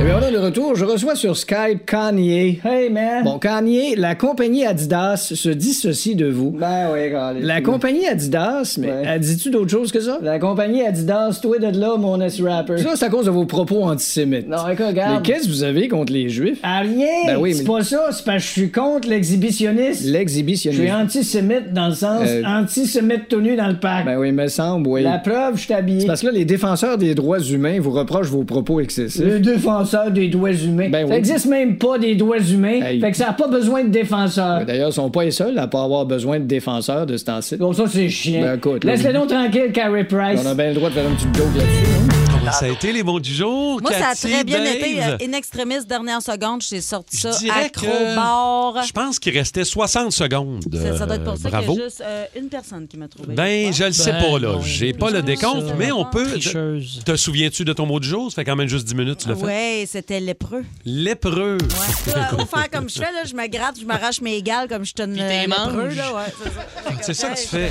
Eh bien voilà le retour. Je reçois sur Skype Kanye. Hey man. Bon, Kanye, la compagnie Adidas se dissocie de vous. Ben oui, La compagnie Adidas, mais elle dis-tu d'autre chose que ça? La compagnie Adidas, toi de là, mon S-rapper. Ça, c'est à cause de vos propos antisémites. Non, écoute, regarde. Mais qu'est-ce que vous avez contre les Juifs? Ah, rien. Ben oui,
C'est pas ça, c'est parce que je suis contre l'exhibitionniste. Je
L'exhibitionnisme.
suis antisémite dans le sens
Euh,
antisémite tout nu dans le parc.
Ben oui, me semble, oui.
La preuve, je
C'est
t'habille.
parce que là, les défenseurs des droits humains vous reprochent vos propos excessifs.
Le défenseur des doigts humains.
Ben
ça
oui.
existe même pas des doigts humains.
Hey.
Fait que ça a pas besoin de défenseur.
Ben, D'ailleurs, ils sont pas les seuls à pas avoir besoin de défenseurs de ce temps-ci.
Bon, ça, c'est chiant.
Ben, écoute, là,
Laisse-le donc tranquille, Carrie Price.
On a bien le droit de faire une petite joke là-dessus. hein.
Comment ça a été les bons du jour?
Moi, ça a
Cathy,
très bien
Dave?
été. euh, In extremis, dernière seconde, j'ai sorti
Je
ça
dirais que-
acrobat.
Je pense qu'il restait 60 secondes.
Ça, ça doit être pour ça
Euh, Bravo.
qu'il y a juste euh, une personne qui m'a trouvé.
Ben, je le sais
Ben,
pas, là.
non,
J'ai
je
pas le
pense
décompte,
ça.
mais on peut.
Tricheuse.
Te souviens-tu de ton mot du jour? Ça fait quand même juste 10 minutes, tu l'as fait.
Ouais, c'était
[laughs]
lépreux.
Lépreux.
Faut faut faire
[laughs]
comme je fais, là, je me gratte, je m'arrache mes gales comme je te une
t'es
lépreux,
mange.
là, ouais, c'est ça.
C'est ça que tu fais.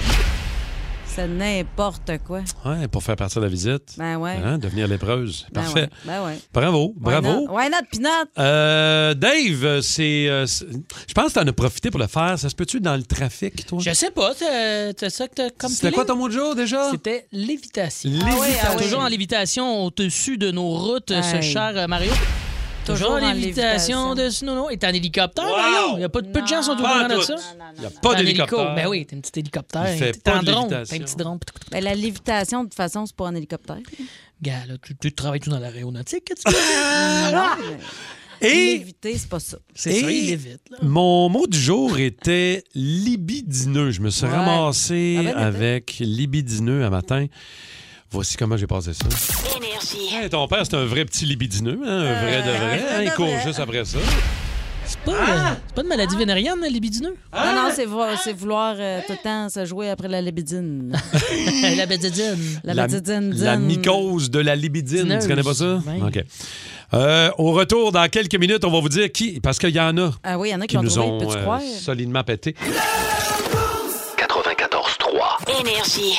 C'est n'importe quoi.
Ouais, pour faire partir la visite.
Ben ouais.
Hein, devenir lépreuse.
Ben
Parfait.
ouais, Ben ouais.
Bravo, bravo.
Ouais, not peanut.
Euh, Dave, c'est. euh, c'est- je pense que t'en as profité pour le faire. Ça se peut-tu dans le trafic, toi?
Je sais pas, t'as t'as ça que t'as comme
C'était quoi
feeling?
ton mot de jour déjà?
C'était lévitation.
Lévitation.
Ah oui, ah oui.
Toujours en lévitation au-dessus de nos routes, ce
Hey.
cher euh, Mario.
Toujours
Toujours
dans
l'évitation de Snouno. Et t'es en hélicoptère, voyons. Il y a pas, peu de gens sont au courant de ça.
Il n'y a
T'es
pas
en
d'hélicoptère.
hélico. Ben oui, t'es un petit hélicoptère.
Il fait
T'es en
pas de
drone.
lévitation.
T'es un petit drone.
Ben, la lévitation, de toute façon, c'est pas en hélicoptère.
Gars, là, tu, tu travailles tout dans l'aéronautique. que tu Ah!
Et-
Léviter, c'est pas ça.
C'est ça, il évite.
Mon mot du jour était libidineux. Je me suis
Ouais.
ramassé
Ah ben, ben, ben.
avec libidineux un matin. Voici comment j'ai passé ça. Hey, ton père, c'est un vrai petit libidineux, hein, un
Euh,
vrai de vrai. hein, il court juste après ça.
C'est pas,
Ah!
euh, c'est pas une maladie vénérienne, le libidineux.
Non, non, c'est vouloir, c'est vouloir euh, tout le temps se jouer après la lébidine.
la bédidine.
La,
La,
bédidine.
la
dine.
mycose de la libidine,
Dineuse.
tu connais pas ça?
Oui.
OK. Euh, au retour, dans quelques minutes, on va vous dire qui, parce qu'il y en a
Ah oui, il y en a qui,
qui
l'ont
nous
trouvé,
ont
peux-tu
euh,
croire?
solidement pété.
Énergie.